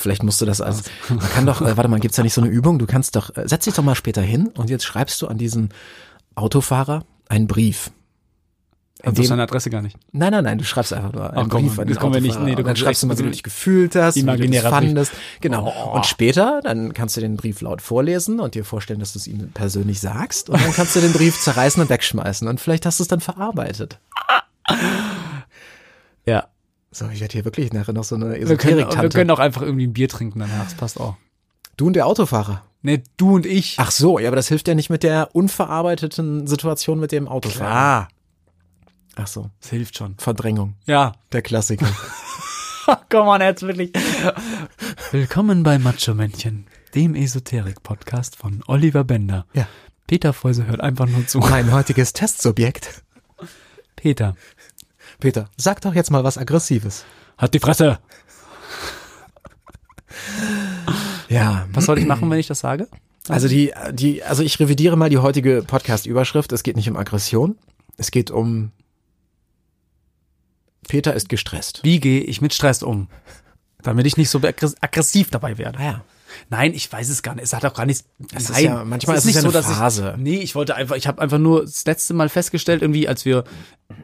B: Vielleicht musst du das als. Man kann doch, äh, warte mal, gibt's da nicht so eine Übung? Du kannst doch, äh, setz dich doch mal später hin und jetzt schreibst du an diesen Autofahrer einen Brief. In
C: Also
B: dem-
C: seine Adresse gar nicht.
B: nein, nein, nein, du schreibst einfach nur einen
C: Ach komm,
B: Brief an
C: das
B: den
C: kommen wir nicht-
B: Autofahrer.
C: nee, da
B: und dann
C: kommt
B: schreibst du mal,
C: direkt
B: wie du
C: so
B: dich gefühlt hast, wie du dich
C: Imaginärer Brief.
B: fandest. Genau.
C: Oh.
B: Und später, dann kannst du den Brief laut vorlesen und dir vorstellen, dass du es ihm persönlich sagst. Und dann kannst du den Brief zerreißen und wegschmeißen. Und vielleicht hast du es dann verarbeitet.
C: Ja.
B: So, ich werde hier wirklich nachher noch so eine
C: Wir können, wir
B: Esoterik-Tante.
C: können auch einfach irgendwie ein Bier trinken danach, das passt auch.
B: Du und der Autofahrer.
C: Ne, du und ich.
B: Ach so, ja, aber das hilft ja nicht mit der unverarbeiteten Situation mit dem Autofahren.
C: Klar,
B: Ach so,
C: das hilft schon.
B: Verdrängung,
C: Ja,
B: der Klassiker.
C: komm on, jetzt wirklich. Willkommen bei Macho Männchen, dem Esoterik-Podcast von Oliver Bender.
B: ja.
C: Peter Feuse hört einfach nur zu.
B: Mein heutiges Testsubjekt.
C: Peter,
B: Peter, sag doch jetzt mal was Aggressives.
C: hat Halt die Fresse.
B: Ja,
C: Was soll ich machen, wenn ich das sage?
B: also die, die, also ich revidiere mal die heutige Podcast-Überschrift. Es geht nicht um Aggression. Es geht um Peter ist gestresst.
C: Wie gehe ich mit Stress um? Damit ich nicht so aggres- aggressiv dabei werde.
B: Naja.
C: Nein, ich weiß es gar nicht. Es hat auch gar nichts.
B: ist
C: nein,
B: ja- manchmal ist Ah es ja eine Phase.
C: Ich, nee, ich wollte einfach, ich habe einfach nur das letzte Mal festgestellt, irgendwie, als wir,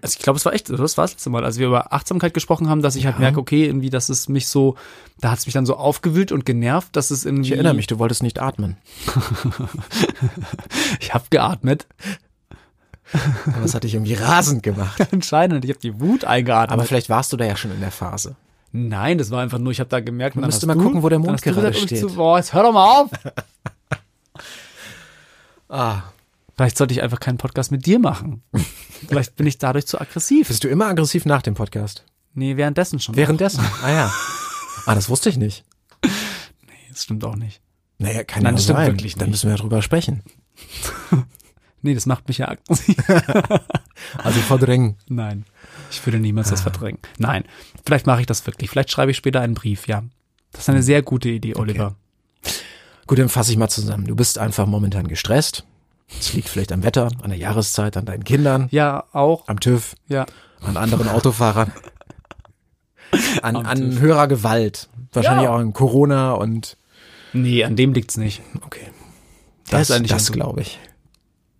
C: also ich glaube, es war echt, das war das letzte Mal, als wir über Achtsamkeit gesprochen haben, dass ich halt merke, okay, irgendwie, dass es mich so, da hat es mich dann so aufgewühlt und genervt, dass es irgendwie.
B: Ich erinnere mich, du wolltest nicht atmen.
C: Ich habe geatmet.
B: Aber das hat dich irgendwie rasend gemacht.
C: Anscheinend. Ich habe die Wut eingeatmet.
B: Aber vielleicht warst du da ja schon in der Phase.
C: Nein, das war einfach nur, ich habe da gemerkt, man
B: müsste mal gucken, wo der Mond gerade steht.
C: boah, jetzt hör doch mal auf.
B: Ah.
C: Vielleicht sollte ich einfach keinen Podcast mit dir machen. Vielleicht bin ich dadurch zu aggressiv.
B: Bist du immer aggressiv nach dem Podcast?
C: Nee, währenddessen schon.
B: Währenddessen? Ah ja. Ah, das wusste ich nicht.
C: Das stimmt auch nicht.
B: Naja, kann
C: Nein,
B: ja
C: das stimmt
B: sein.
C: wirklich
B: Dann
C: nicht.
B: müssen wir drüber sprechen.
C: Nee, das macht mich ja aggressiv.
B: Also verdrängen.
C: Nein, ich würde niemals
B: Ah.
C: das verdrängen. Nein, vielleicht mache ich das wirklich. Vielleicht schreibe ich später einen Brief, ja. Das ist
B: Hm.
C: eine sehr gute Idee, Oliver.
B: Gut, dann fasse ich mal zusammen. Du bist einfach momentan gestresst. Es liegt vielleicht am Wetter, an der Jahreszeit, an deinen Kindern,
C: Ja, auch.
B: am TÜV,
C: Ja.
B: an anderen Autofahrern, an,
C: Am
B: an höherer Gewalt. Wahrscheinlich
C: Ja.
B: auch an Corona und
C: Nee, an dem liegt's nicht.
B: okay.
C: Der
B: Das,
C: ist eigentlich
B: das
C: ein-
B: glaube ich.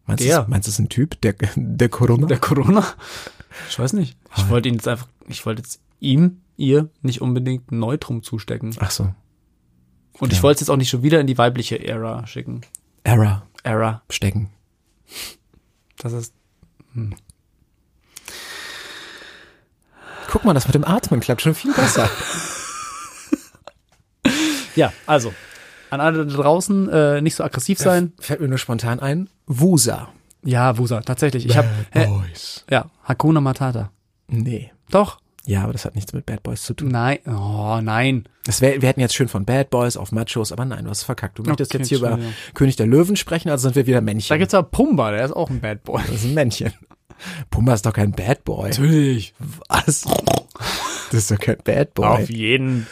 B: Meinst
C: Der.
B: du, meinst du, es ist ein Typ, der, der Corona?
C: Der Corona? Ich weiß nicht. Ich
B: Ah.
C: wollte ihn jetzt einfach, ich wollte jetzt ihm, ihr nicht unbedingt ein Neutrum zustecken.
B: Ach so.
C: Und ich wollte es jetzt auch nicht schon wieder in die weibliche Ära schicken.
B: Error
C: Ära.
B: stecken.
C: Das ist.
B: Guck mal, das mit dem Atmen klappt schon viel besser.
C: Ja, also. An alle da draußen, äh, nicht so aggressiv sein.
B: Fällt mir nur spontan ein. Wusa.
C: Ja, Wusa, tatsächlich. Ich habe
B: Boys.
C: ja Hakuna Matata.
B: Nee.
C: Doch.
B: Ja, aber das hat nichts mit Bad Boys zu tun.
C: Nein. Oh, nein.
B: Das wär, wir hätten jetzt schön von Bad Boys auf Machos, aber nein, du hast verkackt. Du möchtest
C: Okay,
B: jetzt hier über
C: Entschuldigung.
B: König der Löwen sprechen, also sind wir wieder Männchen.
C: Da gibt's ja Pumba, der ist auch ein Bad Boy.
B: das ist ein Männchen. Pumba ist doch kein Bad Boy.
C: Natürlich.
B: Was? Das ist doch kein Bad
C: Auf
B: Boy.
C: jeden.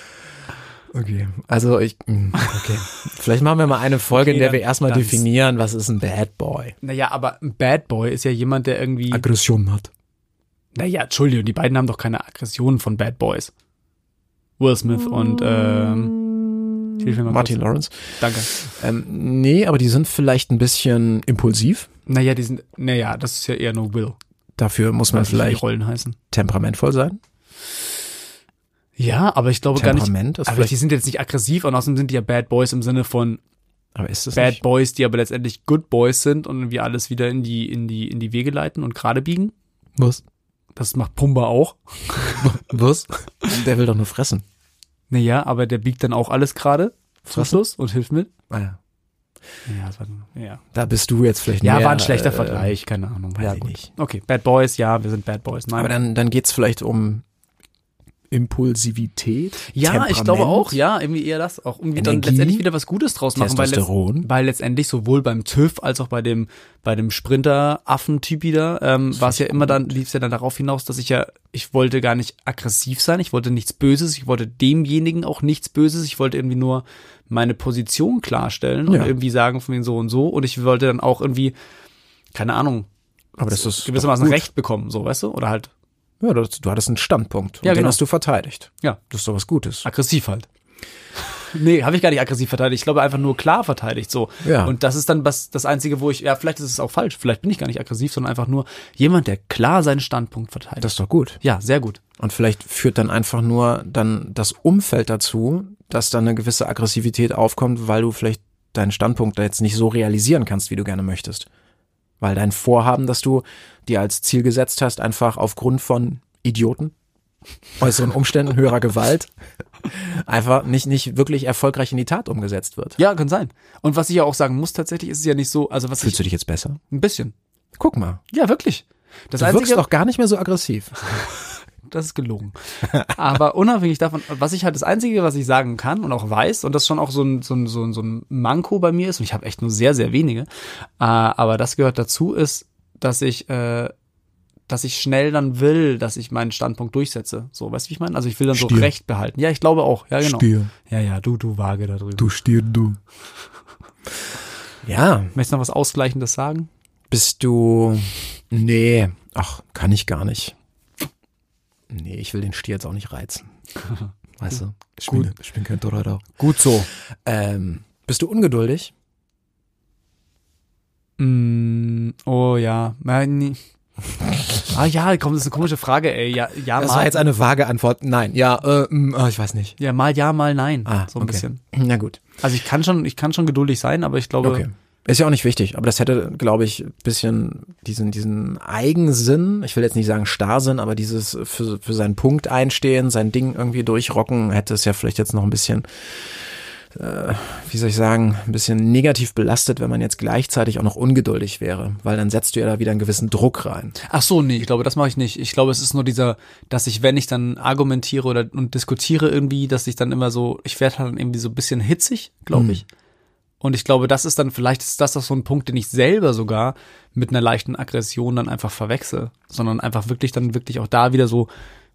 B: Okay. Also ich, mm, okay. Vielleicht machen wir mal eine Folge, in
C: Okay,
B: der wir
C: dann-
B: erstmal
C: dann-
B: definieren, was ist ein Bad Boy.
C: Naja, aber ein Bad Boy ist ja jemand, der irgendwie.
B: Aggression hat.
C: Naja, Entschuldigung, die beiden haben doch keine Aggressionen von Bad Boys. Will Smith und ähm, hilf mir mal
B: Martin Lawrence.
C: Kurz. Danke.
B: Ähm, nee, aber die sind vielleicht ein bisschen impulsiv.
C: Naja, die sind. Naja, das ist ja eher nur Will.
B: Dafür muss man
C: Weiß nicht, wie die
B: vielleicht
C: Rollen heißen.
B: temperamentvoll sein.
C: Ja, aber ich glaube gar nicht.
B: Temperament ist
C: Aber
B: vielleicht-
C: die sind jetzt nicht aggressiv und außerdem sind die ja Bad Boys im Sinne von
B: Aber ist das
C: Bad
B: nicht?
C: Boys, die aber letztendlich Good Boys sind und irgendwie alles wieder in die, in die, in die Wege leiten und gerade biegen.
B: Was?
C: Das macht Pumba auch.
B: Was? Der will doch nur fressen.
C: Naja, aber der biegt dann auch alles gerade. Zum
B: Fressen?
C: Schluss und hilft mit.
B: Ah, ja.
C: Ja, das war, ja.
B: Da bist du jetzt vielleicht
C: ja
B: mehr,
C: war ein schlechter
B: äh,
C: Vergleich, keine Ahnung.
B: weiß
C: ja,
B: ich
C: gut.
B: nicht.
C: Okay, Bad Boys, ja, wir sind Bad Boys. Nein.
B: Aber dann, dann geht's vielleicht um Impulsivität.
C: ja, ich
B: Temperament,
C: glaube auch, ja, irgendwie eher das auch. Irgendwie dann
B: Energie,
C: letztendlich wieder was Gutes draus machen, weil, letzt,
B: Testosteron.
C: weil letztendlich sowohl beim TÜV als auch bei dem, bei dem Sprinter-Affen-Typ wieder, ähm, war es ja immer dann, lief es ja dann darauf hinaus, dass ich ja, ich wollte gar nicht aggressiv sein, ich wollte nichts Böses, ich wollte demjenigen auch nichts Böses, ich wollte irgendwie nur meine Position klarstellen
B: Ja.
C: und irgendwie sagen von mir so und so und ich wollte dann auch irgendwie, keine Ahnung,
B: aber das ist
C: gewissermaßen
B: doch gut.
C: Recht bekommen, so, weißt du? Oder halt
B: Ja, das, du hattest einen Standpunkt und
C: Ja,
B: den
C: genau.
B: hast du verteidigt.
C: Ja.
B: Das ist doch was Gutes.
C: aggressiv halt. Nee, habe ich gar nicht aggressiv verteidigt. Ich glaube einfach nur klar verteidigt so.
B: Ja.
C: Und das ist dann was, das Einzige, wo ich, ja, vielleicht ist es auch falsch, vielleicht bin ich gar nicht aggressiv, sondern einfach nur jemand, der klar seinen Standpunkt verteidigt.
B: Das ist doch gut.
C: ja, sehr gut.
B: Und vielleicht führt dann einfach nur dann das Umfeld dazu, dass dann eine gewisse Aggressivität aufkommt, weil du vielleicht deinen Standpunkt da jetzt nicht so realisieren kannst, wie du gerne möchtest. Weil dein Vorhaben, das du dir als Ziel gesetzt hast, einfach aufgrund von Idioten, äußeren Umständen, höherer Gewalt, einfach nicht, nicht wirklich erfolgreich in die Tat umgesetzt wird.
C: Ja, kann sein. Und was ich ja auch sagen muss, tatsächlich ist es ja nicht so, also was
B: Fühlst
C: ich,
B: du dich jetzt besser?
C: ein bisschen.
B: Guck mal.
C: Ja, wirklich. Das
B: Du wirkst
C: Einzige,
B: doch gar nicht mehr so aggressiv.
C: das ist gelogen. Aber unabhängig davon, was ich halt das Einzige, was ich sagen kann und auch weiß, und das schon auch so ein, so ein, so ein, so ein Manko bei mir ist, und ich habe echt nur sehr, sehr wenige, äh, aber das gehört dazu, ist, dass ich, äh, dass ich schnell dann will, dass ich meinen Standpunkt durchsetze. So, weißt du, wie ich meine? Also ich will dann
B: Stier.
C: so Recht behalten. Ja, ich glaube auch. Ja, genau.
B: Stier.
C: Ja, ja, du, du Waage da drüben.
B: Du stier, du. Ja,
C: Möchtest du noch was Ausgleichendes sagen?
B: Bist du. Nee, ach, kann ich gar nicht. Nee, ich will den Stier jetzt auch nicht reizen.
D: Weißt du?
B: Ich bin, ich bin kein Dorado.
D: Gut so.
B: Ähm, bist du ungeduldig?
C: Mm, oh ja. Nein, nee. ah ja, komm, das ist eine komische Frage, ey. Ja, ja
B: Das war
C: mal.
B: jetzt eine vage Antwort. Nein, ja, äh, mm, ah, ich weiß nicht.
C: ja, mal ja, mal nein. so ein
B: Ah, okay.
C: bisschen.
B: Na gut.
C: Also ich kann schon, ich kann schon geduldig sein, aber ich glaube,
B: Okay. Ist ja auch nicht wichtig, aber das hätte, glaube ich, ein bisschen diesen, diesen Eigensinn, ich will jetzt nicht sagen Starrsinn, aber dieses für, für seinen Punkt einstehen, sein Ding irgendwie durchrocken, hätte es ja vielleicht jetzt noch ein bisschen, äh, wie soll ich sagen, ein bisschen negativ belastet, wenn man jetzt gleichzeitig auch noch ungeduldig wäre, weil dann setzt du ja da wieder einen gewissen Druck rein.
C: Ach so, nee, ich glaube, das mache ich nicht. Ich glaube, es ist nur dieser, dass ich, wenn ich dann argumentiere oder und diskutiere irgendwie, dass ich dann immer so, ich werde halt dann irgendwie so ein bisschen hitzig, glaube
B: Hm.
C: ich. Und ich glaube, das ist dann vielleicht ist das auch so ein Punkt, den ich selber sogar mit einer leichten Aggression dann einfach verwechsel, sondern einfach wirklich dann wirklich auch da wieder so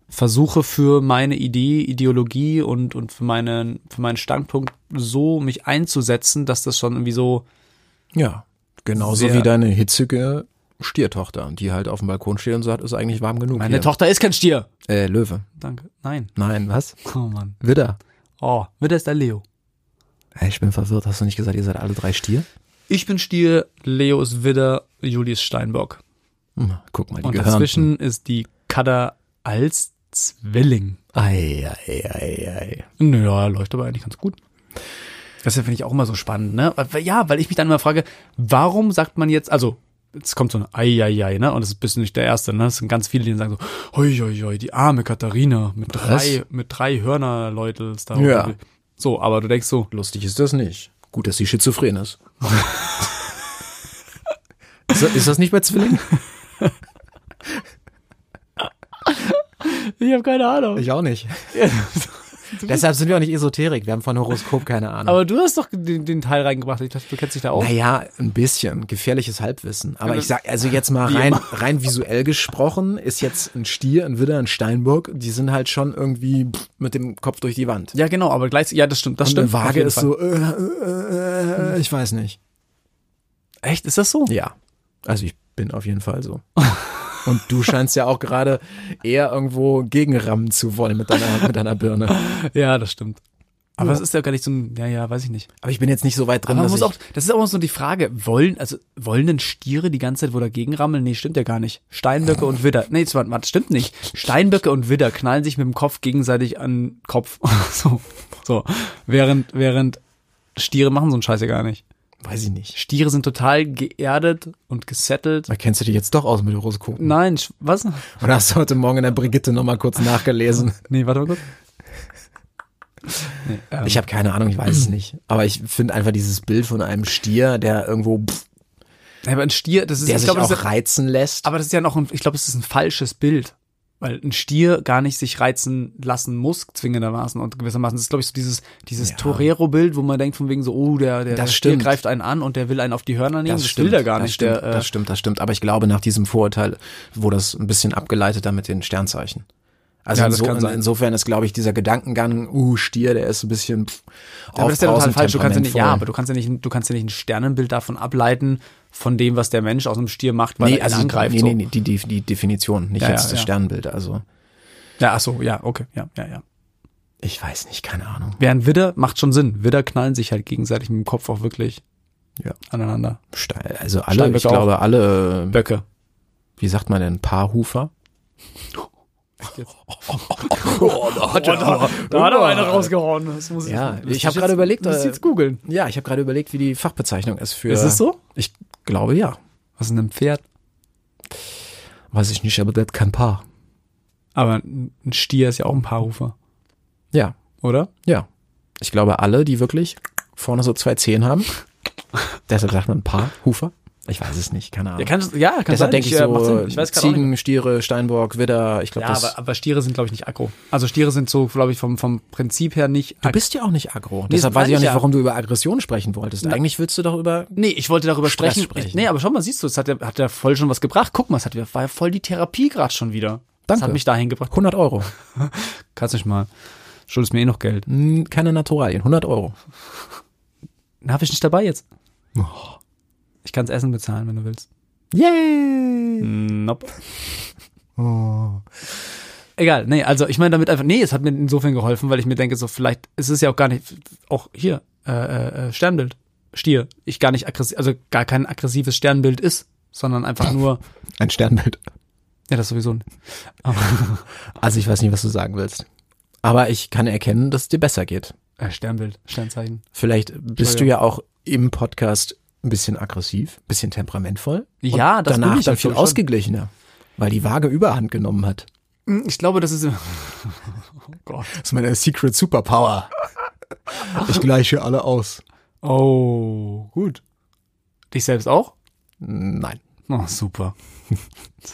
C: versuche für meine Idee, Ideologie und und für meinen für meinen Standpunkt so mich einzusetzen, dass das schon irgendwie so
B: Ja, genauso
C: Sehr.
B: wie deine hitzige Stiertochter, die halt auf dem Balkon steht und sagt, ist eigentlich warm genug.
C: meine
B: hier.
C: Tochter ist kein Stier.
B: äh, Löwe.
C: Danke. Nein.
B: Nein, was?
C: Oh Mann.
B: Widder.
C: Oh, wird ist der Leo.
B: Hey, ich bin verwirrt. Hast du nicht gesagt, ihr seid alle drei Stier?
C: Ich bin Stier, Leo ist Widder, Julius Steinbock.
B: Hm, guck mal, die
C: Und
B: Gehirnten.
C: dazwischen ist die Kadda als Zwilling.
B: Ei, ei, ei, ei.
C: Naja, läuft aber eigentlich ganz gut. Das finde ich auch immer so spannend, ne? Weil- Ja, weil ich mich dann immer frage, warum sagt man jetzt, also, jetzt kommt so ein Eieiei, ne? Und das bist du nicht der Erste, ne? Es sind ganz viele, die sagen so, hoi, hoi, hoi, die arme Katharina mit drei, mit drei Hörnerleuten. ist da
B: Ja.
C: irgendwie- So, aber du denkst so,
B: Lustig ist das nicht. Gut, dass sie schizophren ist. ist, das, ist das nicht bei Zwillingen?
C: ich habe keine Ahnung.
B: Ich auch nicht. Deshalb sind wir auch nicht Esoterik. Wir haben von Horoskop keine Ahnung.
C: aber du hast doch den, den Teil reingebracht. Ich dachte, du kennst dich da auch.
B: Naja, ein bisschen. Gefährliches Halbwissen. Aber ich sag, also jetzt mal
C: Wie
B: rein,
C: immer.
B: rein visuell gesprochen, ist jetzt ein Stier, ein Widder, ein Steinbock, die sind halt schon irgendwie pff, mit dem Kopf durch die Wand.
C: Ja, genau, aber gleich, ja, das stimmt, das
B: Und
C: stimmt.
B: eine
C: auf
B: Waage
C: jeden
B: ist
C: Fall.
B: so, äh, äh, äh, ich weiß nicht.
C: Echt, ist das so?
B: Ja. Also ich bin auf jeden Fall so. Und du scheinst ja auch gerade eher irgendwo gegenrammen zu wollen mit deiner, mit deiner Birne.
C: Ja, das stimmt. Aber es ist ja gar nicht so ein, ja, ja, weiß ich nicht.
B: Aber ich bin jetzt nicht so weit drin,
C: Aber man
B: dass
C: muss
B: ich,
C: auch, das ist aber so die Frage, wollen, also, wollen denn Stiere die ganze Zeit wo dagegen rammeln? Nee, stimmt ja gar nicht. Steinböcke und Widder, nee, zwar, warte, stimmt nicht. Steinböcke und Widder knallen sich mit dem Kopf gegenseitig an den Kopf. so, so. Während, während Stiere machen so einen Scheiß ja gar nicht.
B: weiß ich nicht.
C: Stiere sind total geerdet und gesettelt.
B: Da kennst du dich jetzt doch aus mit Horoskopen.
C: Nein, sch- was?
B: Oder hast du heute Morgen in der Brigitte nochmal kurz nachgelesen?
C: Nee, warte mal kurz. Nee, ähm,
B: Ich habe keine Ahnung, ich weiß es nicht. Aber ich finde einfach dieses Bild von einem Stier, der irgendwo, pff,
C: aber ein Stier, das ist,
B: der
C: ich
B: sich
C: glaube, das ist,
B: auch reizen lässt.
C: Aber das ist ja noch ein, ich glaube, es ist ein falsches Bild. Weil ein Stier gar nicht sich reizen lassen muss, zwingendermaßen und gewissermaßen. Das ist, glaube ich, so dieses, dieses
B: Ja.
C: Torero-Bild, wo man denkt von wegen so, oh, der, der,
B: Das
C: der Stier
B: stimmt.
C: greift einen an und der will einen auf die Hörner nehmen. Das, will der gar
B: das
C: nicht.
B: Stimmt,
C: der, äh,
B: das stimmt, das stimmt. Aber ich glaube, nach diesem Vorurteil wurde das ein bisschen abgeleitet dann mit den Sternzeichen. Also
C: Ja, das
B: inso
C: kann sein.
B: insofern ist, glaube ich, dieser Gedankengang, uh, Stier, der ist ein bisschen pff,
C: aber das ist ja total
B: aufbrausend,
C: falsch. Du kannst ja nicht, ja, aber
B: temperamentvoll.
C: du kannst ja nicht, du kannst ja nicht ein Sternenbild davon ableiten, von dem, was der Mensch aus einem Stier macht, weil
B: Nee,
C: er
B: also
C: ihn angreift.
B: nee,
C: so.
B: nee, nee, die, die, die Definition, nicht
C: Ja,
B: jetzt
C: ja,
B: das
C: ja.
B: Sternbild. Also
C: Ja, ach so, ja, okay, ja, ja, ja.
B: ich weiß nicht, keine Ahnung.
C: Während Widder macht schon Sinn. Widder knallen sich halt gegenseitig mit dem Kopf auch wirklich
B: Ja.
C: aneinander.
B: Steil, also alle, ich
C: Steinböcke auch.
B: glaube, alle,
C: Böcke.
B: wie sagt man denn, Paarhufer? Oh,
C: Oh, Da hat aber einer rausgehauen. Das muss ich
B: Ja,
C: das muss
B: ich hab gerade
C: jetzt-
B: überlegt,
C: Muss ich
B: äh,
C: jetzt googeln.
B: Ja, ich habe gerade überlegt, wie die Fachbezeichnung ist für.
C: Ist es so?
B: Ich glaube ja.
C: Was ist denn ein Pferd?
B: Weiß ich nicht, aber das kann Paar.
C: Aber ein ein Stier ist ja auch ein Paarhufer,
B: Ja,
C: oder?
B: ja. Ich glaube, alle, die wirklich vorne so zwei Zehen haben, deshalb sagt man Paar, Hufer. Ich weiß es nicht, keine Ahnung.
C: Ja, kann, ja, kann
B: deshalb
C: sein.
B: denke ich,
C: äh, macht
B: so
C: Sinn. ich weiß gerade auch nicht.
B: Ziegen, Stiere, Steinbock, Widder. Ich glaube,
C: Ja,
B: das.
C: aber, aber Stiere sind, glaube ich, nicht aggro. Also Stiere sind so, glaube ich, vom, vom Prinzip her nicht
B: du
C: aggro.
B: bist ja auch nicht aggro. deshalb
C: das
B: weiß ich
C: meine
B: auch
C: ich
B: nicht,
C: ja.
B: warum du über Aggression sprechen wolltest. Eigentlich willst du doch über.
C: Nee, ich wollte darüber
B: Stress
C: sprechen.
B: sprechen.
C: Ich, nee, aber schau mal, siehst du, es hat ja, hat ja voll schon was gebracht. Guck mal, es hat, ja- war ja voll die Therapie gerade schon wieder. Das
B: Danke.
C: hat mich dahin gebracht.
B: 100 Euro.
C: Kannst nicht mal. Schuldest mir eh noch Geld.
B: Hm, Keine Naturalien, 100 Euro.
C: Na, hab ich nicht dabei jetzt.
B: Oh.
C: Ich kann's Essen bezahlen, Hm. wenn du willst.
B: Yay!
C: Oh. Nope. Egal, nee, also ich meine damit einfach, nee, es hat mir insofern geholfen, weil ich mir denke, so vielleicht ist es ja auch gar nicht, auch hier, äh, äh, Sternbild, Stier, ich gar nicht aggressiv, also gar kein aggressives Sternbild ist, sondern einfach nur,
B: Ein Sternbild.
C: ja, das sowieso. nicht.
B: Also ich weiß nicht, was du sagen willst. Aber ich kann erkennen, dass es dir besser geht.
C: Äh, Sternbild, Sternzeichen.
B: Vielleicht bist
C: Ja,
B: du ja auch im Podcast ein bisschen aggressiv, ein bisschen temperamentvoll. und
C: Ja, das bin
B: danach
C: ich
B: dann
C: natürlich
B: viel
C: schon.
B: ausgeglichener, weil die Waage Überhand genommen hat.
C: Hm, Ich glaube, das ist, oh Gott.
B: Das ist meine Secret Superpower. Ich gleiche alle aus.
C: Oh, gut. Dich selbst auch?
B: Nein,
C: Oh, super.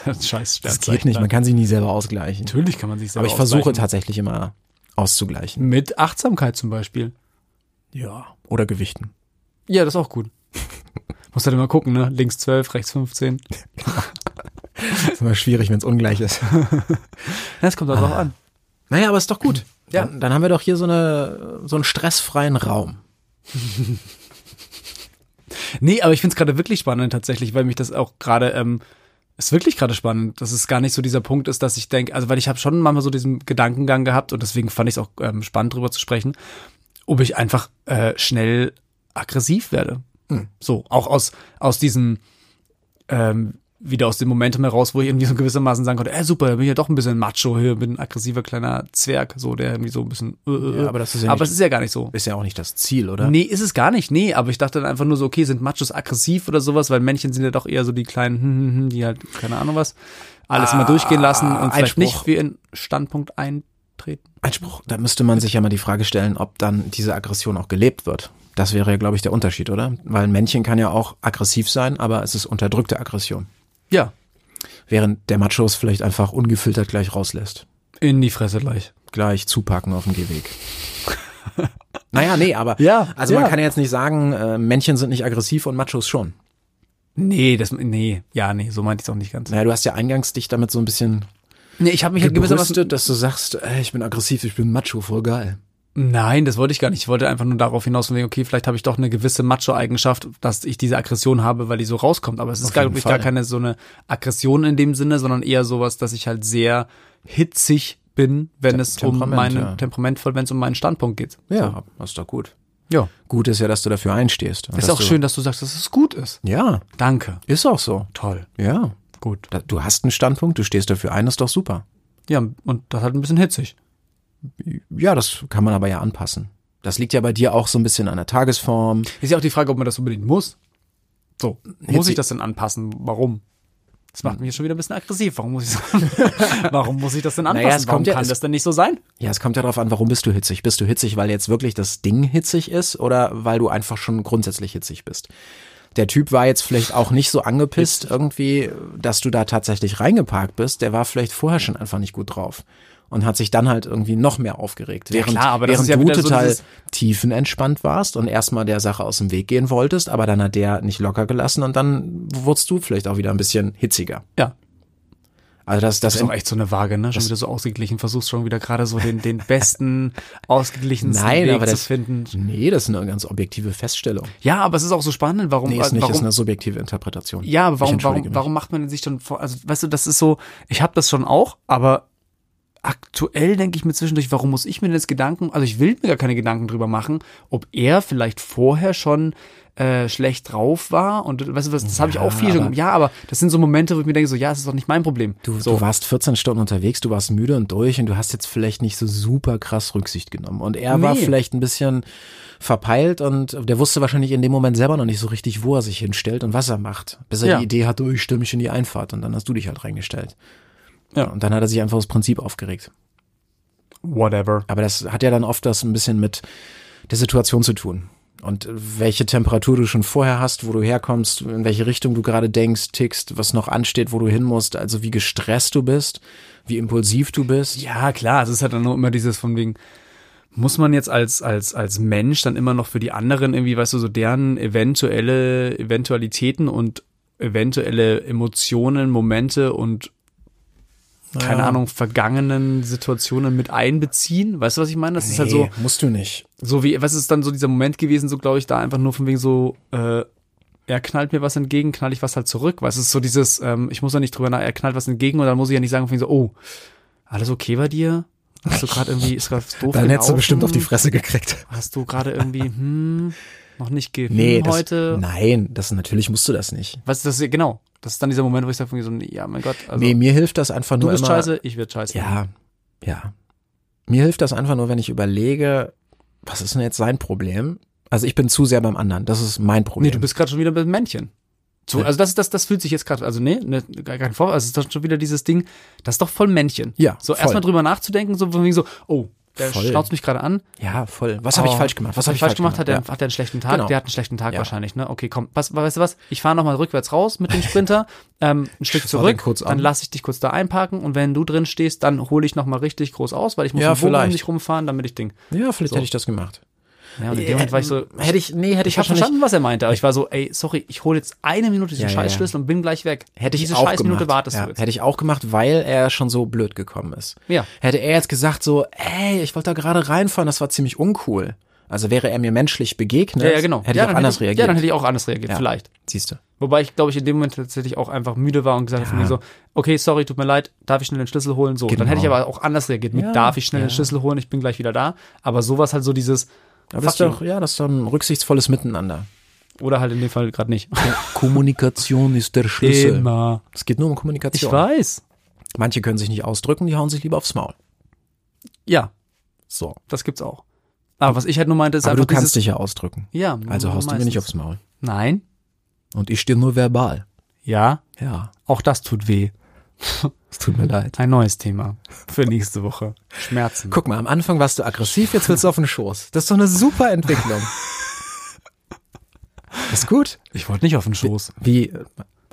C: Das scheiß
B: das
C: Sternzeichen.
B: geht nicht. Man kann sich nie selber ausgleichen.
C: Natürlich kann man sich selber
B: Aber ich versuche
C: ausgleichen.
B: tatsächlich immer auszugleichen.
C: Mit Achtsamkeit zum Beispiel.
B: Ja. Oder Gewichten.
C: Ja, das ist auch gut. Muss halt immer gucken, ne? Links 12, rechts 15.
B: Das ist immer schwierig, wenn es ungleich ist.
C: Das kommt halt drauf an.
B: Naja, aber ist doch gut.
C: Ja.
B: Dann, dann haben wir doch hier so, eine, so einen stressfreien Raum.
C: Nee, aber ich find's gerade wirklich spannend tatsächlich, weil mich das auch gerade, ähm, ist wirklich gerade spannend, dass es gar nicht so dieser Punkt ist, dass ich denke, also weil ich habe schon manchmal so diesen Gedankengang gehabt und deswegen fand ich es auch ähm, spannend, drüber zu sprechen, ob ich einfach äh, schnell aggressiv werde.
B: Hm.
C: So, auch aus, aus diesem, ähm, wieder aus dem Momentum heraus, wo ich irgendwie so gewissermaßen sagen konnte, äh, super, da bin ich ja doch ein bisschen macho hier, bin ein aggressiver kleiner Zwerg, so, der irgendwie so ein bisschen, äh, äh,
B: Ja, aber das ist ja
C: aber
B: nicht-
C: es ist ja gar nicht so.
B: Ist ja auch nicht das Ziel, oder?
C: Nee, ist es gar nicht. Nee, aber ich dachte dann einfach nur so, okay, sind Machos aggressiv oder sowas, weil Männchen sind ja doch eher so die kleinen, hm, hm, hm, die halt, keine Ahnung was, alles mal durchgehen lassen und vielleicht
B: Einspruch.
C: nicht Ah, für ihren Standpunkt eintreten.
B: Einspruch. Da müsste man sich ja mal die Frage stellen, ob dann diese Aggression auch gelebt wird. Das wäre ja, glaube ich, der Unterschied, oder? Weil ein Männchen kann ja auch aggressiv sein, aber es ist unterdrückte Aggression.
C: Ja.
B: Während der Macho es vielleicht einfach ungefiltert gleich rauslässt.
C: In die Fresse gleich.
B: Gleich zupacken auf dem Gehweg. naja, nee, aber
C: Ja,
B: also
C: ja.
B: man kann ja jetzt nicht sagen, äh, Männchen sind nicht aggressiv und Machos schon.
C: Nee, das, nee, ja, nee, so meinte ich es auch nicht ganz.
B: Naja, du hast ja eingangs dich damit so ein bisschen
C: Nee, ich habe mich halt gewissermaßen,
B: gebrüstet, dass du sagst, ey, ich bin aggressiv, ich bin Macho, voll geil.
C: nein, das wollte ich gar nicht. Ich wollte einfach nur darauf hinaus, von wegen, okay, vielleicht habe ich doch eine gewisse Macho-Eigenschaft, dass ich diese Aggression habe, weil die so rauskommt. Aber es ist,
B: Auf
C: glaube
B: jeden
C: ich, gar
B: Fall.
C: keine so eine Aggression in dem Sinne, sondern eher sowas, dass ich halt sehr hitzig bin, wenn es um
B: Temperament,
C: meinen
B: ja.
C: temperamentvoll, wenn es um meinen Standpunkt geht.
B: Ja, das ist doch gut.
C: Ja.
B: Gut ist ja, dass du dafür einstehst. Und
C: Ist
B: dass
C: auch
B: du,
C: schön, dass du sagst, dass es gut ist.
B: Ja,
C: Danke.
B: ist auch so.
C: Toll.
B: Ja.
C: Gut.
B: Da, du hast einen Standpunkt, du stehst dafür ein, ist doch super.
C: Ja, und das hat ein bisschen hitzig.
B: Ja, das kann man aber ja anpassen. Das liegt ja bei dir auch so ein bisschen an der Tagesform.
C: Ist ja auch die Frage, ob man das unbedingt muss. So, muss
B: Hitzig-
C: ich das denn anpassen? Warum? Das
B: Hm.
C: macht mich jetzt schon wieder ein bisschen aggressiv. Warum muss ich Warum muss ich das denn anpassen?
B: Naja, es
C: Warum
B: kommt ja-
C: kann
B: es-
C: das denn nicht so sein?
B: Ja, es kommt ja darauf an, warum bist du hitzig? Bist du hitzig, weil jetzt wirklich das Ding hitzig ist oder weil du einfach schon grundsätzlich hitzig bist? Der Typ war jetzt vielleicht auch nicht so angepisst irgendwie, dass du da tatsächlich reingeparkt bist. Der war vielleicht vorher schon einfach nicht gut drauf und hat sich dann halt irgendwie noch mehr aufgeregt. Während,
C: klar, aber das
B: während
C: ist ja
B: du
C: wieder so
B: total
C: dieses-
B: tiefenentspannt warst und erstmal der Sache aus dem Weg gehen wolltest, aber dann hat der nicht locker gelassen und dann wurdest du vielleicht auch wieder ein bisschen hitziger.
C: Ja.
B: Also das, das,
C: Das ist auch echt so eine Waage, ne? Schon wieder so ausgeglichen. Versuchst schon wieder gerade so den, den besten, ausgeglichensten
B: Nein,
C: Weg
B: aber
C: zu
B: das-
C: finden.
B: nee, das ist eine ganz objektive Feststellung.
C: Ja, aber es ist auch so spannend, warum,
B: Nee, ist nicht,
C: Also warum,
B: ist eine subjektive Interpretation.
C: Ja, aber
B: Ich
C: warum,
B: entschuldige
C: warum,
B: mich.
C: warum macht man sich dann vor? Also, weißt du, das ist so, ich habe das schon auch, aber aktuell denke ich mir zwischendurch, warum muss ich mir denn jetzt Gedanken, also ich will mir gar keine Gedanken drüber machen, ob er vielleicht vorher schon äh, schlecht drauf war und weißt du, was, das habe ich
B: Ja,
C: auch viel
B: aber-
C: schon. Ja, aber das sind so Momente, wo ich mir denke, so, ja, es ist doch nicht mein Problem.
B: Du,
C: so.
B: du warst 14 Stunden unterwegs, du warst müde und durch und du hast jetzt vielleicht nicht so super krass Rücksicht genommen. Und er war
C: Nee.
B: vielleicht ein bisschen verpeilt und der wusste wahrscheinlich in dem Moment selber noch nicht so richtig, wo er sich hinstellt und was er macht. Bis er
C: Ja.
B: die Idee hatte, oh, ich stimme mich in die Einfahrt und dann hast du dich halt reingestellt.
C: Ja.
B: Und dann hat er sich einfach aus Prinzip aufgeregt.
C: Whatever.
B: Aber das hat ja dann oft das ein bisschen mit der Situation zu tun. Und welche Temperatur du schon vorher hast, wo du herkommst, in welche Richtung du gerade denkst, tickst, was noch ansteht, wo du hin musst, also wie gestresst du bist, wie impulsiv du bist.
C: Ja, klar, es ist halt dann nur immer dieses von wegen, muss man jetzt als, als, als Mensch dann immer noch für die anderen irgendwie, weißt du, so deren eventuelle Eventualitäten und eventuelle Emotionen, Momente und keine Ahnung, vergangenen Situationen mit einbeziehen? Weißt du, was ich meine? Das ist halt so,
B: musst du nicht.
C: so wie, was ist dann so dieser Moment gewesen, so glaube ich, da einfach nur von wegen so, äh, er knallt mir was entgegen, knall ich was halt zurück. Weil es ist so dieses, ähm, ich muss ja nicht drüber nach, er knallt was entgegen und dann muss ich ja nicht sagen, von wegen so, oh, alles okay bei dir? Hast du gerade irgendwie, ist gerade doof
D: Dann hättest du bestimmt auf die
C: gelaufen?
D: Fresse gekriegt.
C: Hast du gerade irgendwie, hm, noch nicht gegeben
B: Nee, das,
C: heute?
B: nein, das natürlich musst du das nicht.
C: Was das genau? Das ist dann dieser Moment, wo ich sage, irgendwie so, nee, ja, mein Gott, also,
B: nee, mir hilft das einfach
C: du
B: nur
C: bist
B: immer.
C: scheiße, ich werde scheiße.
B: Ja, ja. Mir hilft das einfach nur, wenn ich überlege, was ist denn jetzt sein Problem? Also ich bin zu sehr beim anderen. Das ist mein Problem.
C: Nee, du bist gerade schon wieder beim Männchen. So,
B: Ja.
C: also das, das, das fühlt sich jetzt gerade, also nee, ne, gar kein Vorwurf, also es ist doch schon wieder dieses Ding, das ist doch voll Männchen.
B: Ja,
C: So
B: voll.
C: erstmal drüber nachzudenken, so von wegen so, oh, der
B: Voll.
C: schnauzt mich gerade an.
B: ja voll. Was habe ich
C: Oh,
B: falsch gemacht?
C: Was habe ich falsch gemacht? Hat der, hat der einen schlechten Tag?
B: Genau.
C: Der hat einen schlechten Tag
B: Ja.
C: wahrscheinlich, ne? Okay, komm, pass, weißt du was? Ich fahre nochmal rückwärts raus mit dem Sprinter, ähm, ein Stück
B: fahr den
C: zurück,
B: kurz an.
C: dann lasse ich dich kurz da einparken und wenn du drin stehst, dann hole ich nochmal richtig groß aus, weil ich muss
B: Ja,
C: einen Bogen um
B: vielleicht.
C: dich rumfahren, damit ich Ding.
B: Ja, ja vielleicht
C: So.
B: hätte ich das gemacht.
C: Ja, und in dem Moment war ich so,
B: ähm, mm, hätte ich, nee, hätte ich,
C: ich habe
B: wahrscheinlich-
C: verstanden, was er meinte, aber ich war so, ey, sorry, ich hole jetzt eine Minute diesen
B: Ja, ja, ja.
C: Scheißschlüssel und bin gleich weg. Hätte ich diese
B: auch
C: Scheißminute
B: gemacht.
C: wartest
B: ja,
C: du jetzt.
B: Hätte ich auch gemacht, weil er schon so blöd gekommen ist.
C: Ja.
B: Hätte er jetzt gesagt so, ey, ich wollte da gerade reinfahren, das war ziemlich uncool. Also wäre er mir menschlich begegnet,
C: ja, ja, genau.
B: hätte
C: ja,
B: ich
C: dann
B: auch anders
C: hätte ich,
B: reagiert.
C: Ja, dann hätte ich auch anders reagiert,
B: Ja.
C: vielleicht.
B: Siehst du.
C: Wobei ich, glaube ich, in dem Moment tatsächlich auch einfach müde war und gesagt habe, von mir so, okay, sorry, tut mir leid, darf ich schnell den Schlüssel holen? So, dann
B: Genau.
C: hätte ich aber auch anders reagiert. Mit,
B: Ja,
C: darf ich schnell den
B: ja.
C: Schlüssel holen? Ich bin gleich wieder da. Aber sowas halt so dieses,
B: Aber das ist
C: fuck you.
B: doch, ja, das ist doch ein rücksichtsvolles Miteinander.
C: oder halt in dem Fall gerade nicht.
B: Kommunikation ist der Schlüssel.
C: Immer.
B: Es geht nur um
C: Ich
B: Kommunikation.
C: weiß.
B: Manche können sich nicht ausdrücken, die hauen sich lieber aufs Maul.
C: Ja,
B: So.
C: das gibt's auch. Aber was ich halt nur meinte, ist
B: Aber du
C: einfach
B: kannst
C: dieses,
B: dich ja ausdrücken.
C: Ja,
B: Also haust du mir nicht aufs
C: meistens.
B: Maul.
C: Nein.
B: Und ich stehe nur verbal.
C: Ja,
B: Ja.
C: auch das tut weh.
B: Es tut mir leid.
C: Ein neues Thema für nächste Woche. Schmerzen.
B: Guck mal, am Anfang warst du aggressiv, jetzt willst du auf den Schoß. Das ist doch eine super Entwicklung. ist gut.
C: ich wollte nicht auf den Schoß.
B: Wie,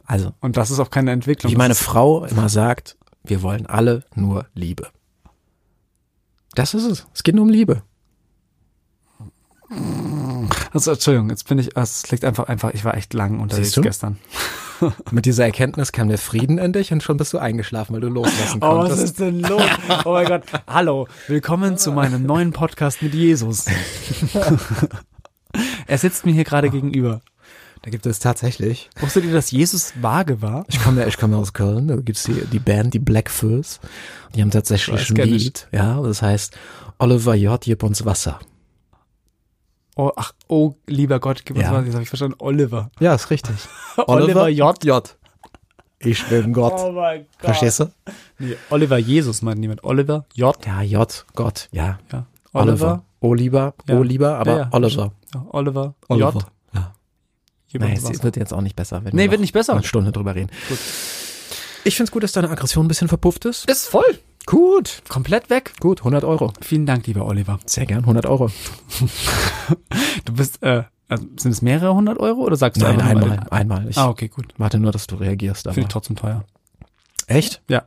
B: also,
C: Und das ist auch keine Entwicklung.
B: wie meine
C: Das ist-
B: Frau immer sagt, wir wollen alle nur Liebe. Das ist es. Es geht nur um Liebe.
C: also, Entschuldigung, jetzt bin ich, es liegt einfach, einfach, ich war echt lang unterwegs
B: Siehst du?
C: gestern.
B: Mit dieser Erkenntnis kam der Frieden in dich und schon bist du eingeschlafen, weil du loslassen
C: Oh, was
B: konntest.
C: ist denn los? Oh mein Gott. Hallo, willkommen zu meinem neuen Podcast mit Jesus. er sitzt mir hier gerade gegenüber.
B: da gibt es tatsächlich.
C: Wusstet ihr, dass Jesus vage war?
B: Ich komme, ich komme aus Köln, da gibt's die, die Band, die Black Furs. Die haben tatsächlich
C: Das
B: ein
C: kenn ich.
B: Lied. Ja, das heißt, Oliver J. gib uns Wasser.
C: Oh, ach, oh, lieber Gott, gib uns
B: Ja.
C: mal, jetzt habe ich verstanden, Oliver.
B: Ja, ist richtig.
C: Oliver J.
B: J. Ich bin Gott.
C: Oh mein Gott.
B: Verstehst du?
C: Nee, Oliver Jesus meint niemand. Oliver J.
B: Ja, J, Gott, ja.
C: Ja.
B: Oliver. Oliver,
C: Ja.
B: Oliver, aber
C: Ja, ja.
B: Oliver.
C: Ja, Oliver, J.
B: Oliver. Ja.
C: Gib
B: Nein,
C: uns
B: es
C: was.
B: wird jetzt auch nicht besser. Wenn
C: Nee,
B: wir
C: wird
B: noch
C: nicht besser.
B: Eine Stunde drüber reden.
C: Gut.
B: Ich find's gut, dass deine Aggression ein bisschen verpufft ist.
C: Ist voll.
B: Gut.
C: Komplett weg.
B: Gut, 100 Euro.
C: Vielen Dank, lieber Oliver.
B: Sehr gern, 100 Euro.
C: Du bist, äh, also sind es mehrere hundert Euro oder sagst du
B: Nein,
C: einfach nur
B: einmal,
C: den-
B: einmal. Ich
C: Ah, okay, gut.
B: warte nur, dass du reagierst.
C: Finde
B: Aber.
C: ich trotzdem teuer.
B: Echt?
C: Ja.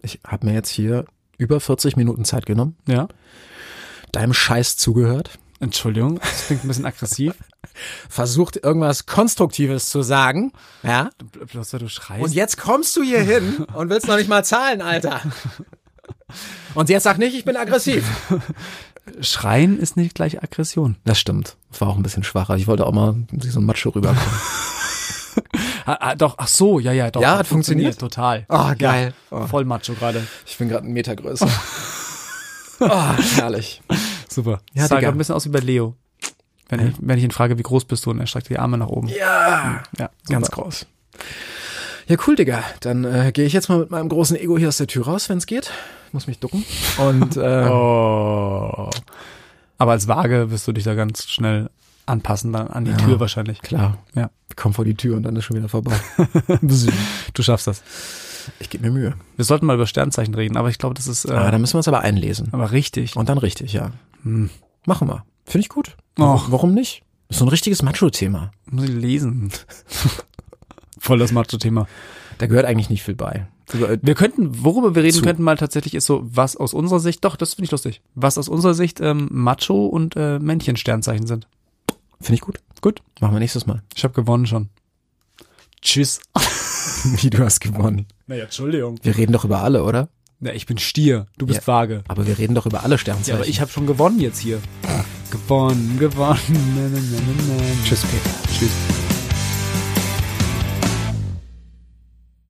B: Ich habe mir jetzt hier über 40 Minuten Zeit genommen,
C: Ja.
B: deinem Scheiß zugehört,
C: Entschuldigung, das klingt ein bisschen aggressiv.
B: versucht irgendwas Konstruktives zu sagen. Ja.
C: Du, bl- bloß weil du schreist.
B: Und jetzt kommst du hier hin und willst noch nicht mal zahlen, Alter. Und jetzt sag nicht, ich bin aggressiv.
C: Schreien ist nicht gleich Aggression.
B: Das stimmt. Das war auch ein bisschen schwacher. Ich wollte auch mal wie so ein Macho rüberkommen.
C: Ah, ah, doch, ach so, ja, ja, doch.
B: Ja, hat funktioniert.
C: Total.
B: Ah, geil.
C: Ja, voll macho gerade.
B: Ich bin gerade einen Meter größer. Oh, herrlich.
C: Super.
B: Ja,
C: sah
B: Digga.
C: grad ein bisschen aus wie bei Leo. Wenn, ich, wenn ich ihn frage, wie groß bist du, und er streckt die Arme nach oben.
B: Ja.
C: Ja,
B: Ganz
C: super.
B: groß. Ja, cool, Digga. Dann äh, gehe ich jetzt mal mit meinem großen Ego hier aus der Tür raus, wenn's geht. Muss mich ducken. Und äh,
C: Oh. Aber als Waage wirst du dich da ganz schnell anpassen, dann an die Tür wahrscheinlich.
B: klar,
C: Ja.
B: komm vor die Tür und dann ist schon wieder vorbei.
C: du schaffst das.
B: Ich gebe mir Mühe.
C: Wir sollten mal über Sternzeichen reden, aber ich glaube, das ist äh,
B: Ah, da müssen wir uns aber einlesen.
C: aber richtig.
B: Und dann richtig, ja. Hm. Machen wir. Finde ich gut.
C: Och.
B: Warum nicht? Ist so ein richtiges Macho-Thema.
C: Muss ich lesen. Voll das Macho-Thema.
B: Da gehört eigentlich nicht viel bei. Äh,
C: Wir könnten, worüber wir reden
B: Zu.
C: könnten, mal tatsächlich ist so, was aus unserer Sicht, doch, das finde ich lustig, was aus unserer Sicht ähm, Macho und äh, Männchen-Sternzeichen sind.
B: Finde ich gut.
C: Gut,
B: Machen wir nächstes Mal.
C: ich habe gewonnen schon. Tschüss.
B: Wie du hast gewonnen.
C: Naja, Entschuldigung.
B: Wir reden doch über alle, oder?
C: Na, ich bin Stier, du bist
B: Ja.
C: Waage.
B: Aber wir reden doch über alle Sternzeichen.
C: Ja, aber ich habe schon gewonnen jetzt hier. Gewonnen, gewonnen. Na, na, na, na, na.
B: Tschüss, Peter.
C: Tschüss.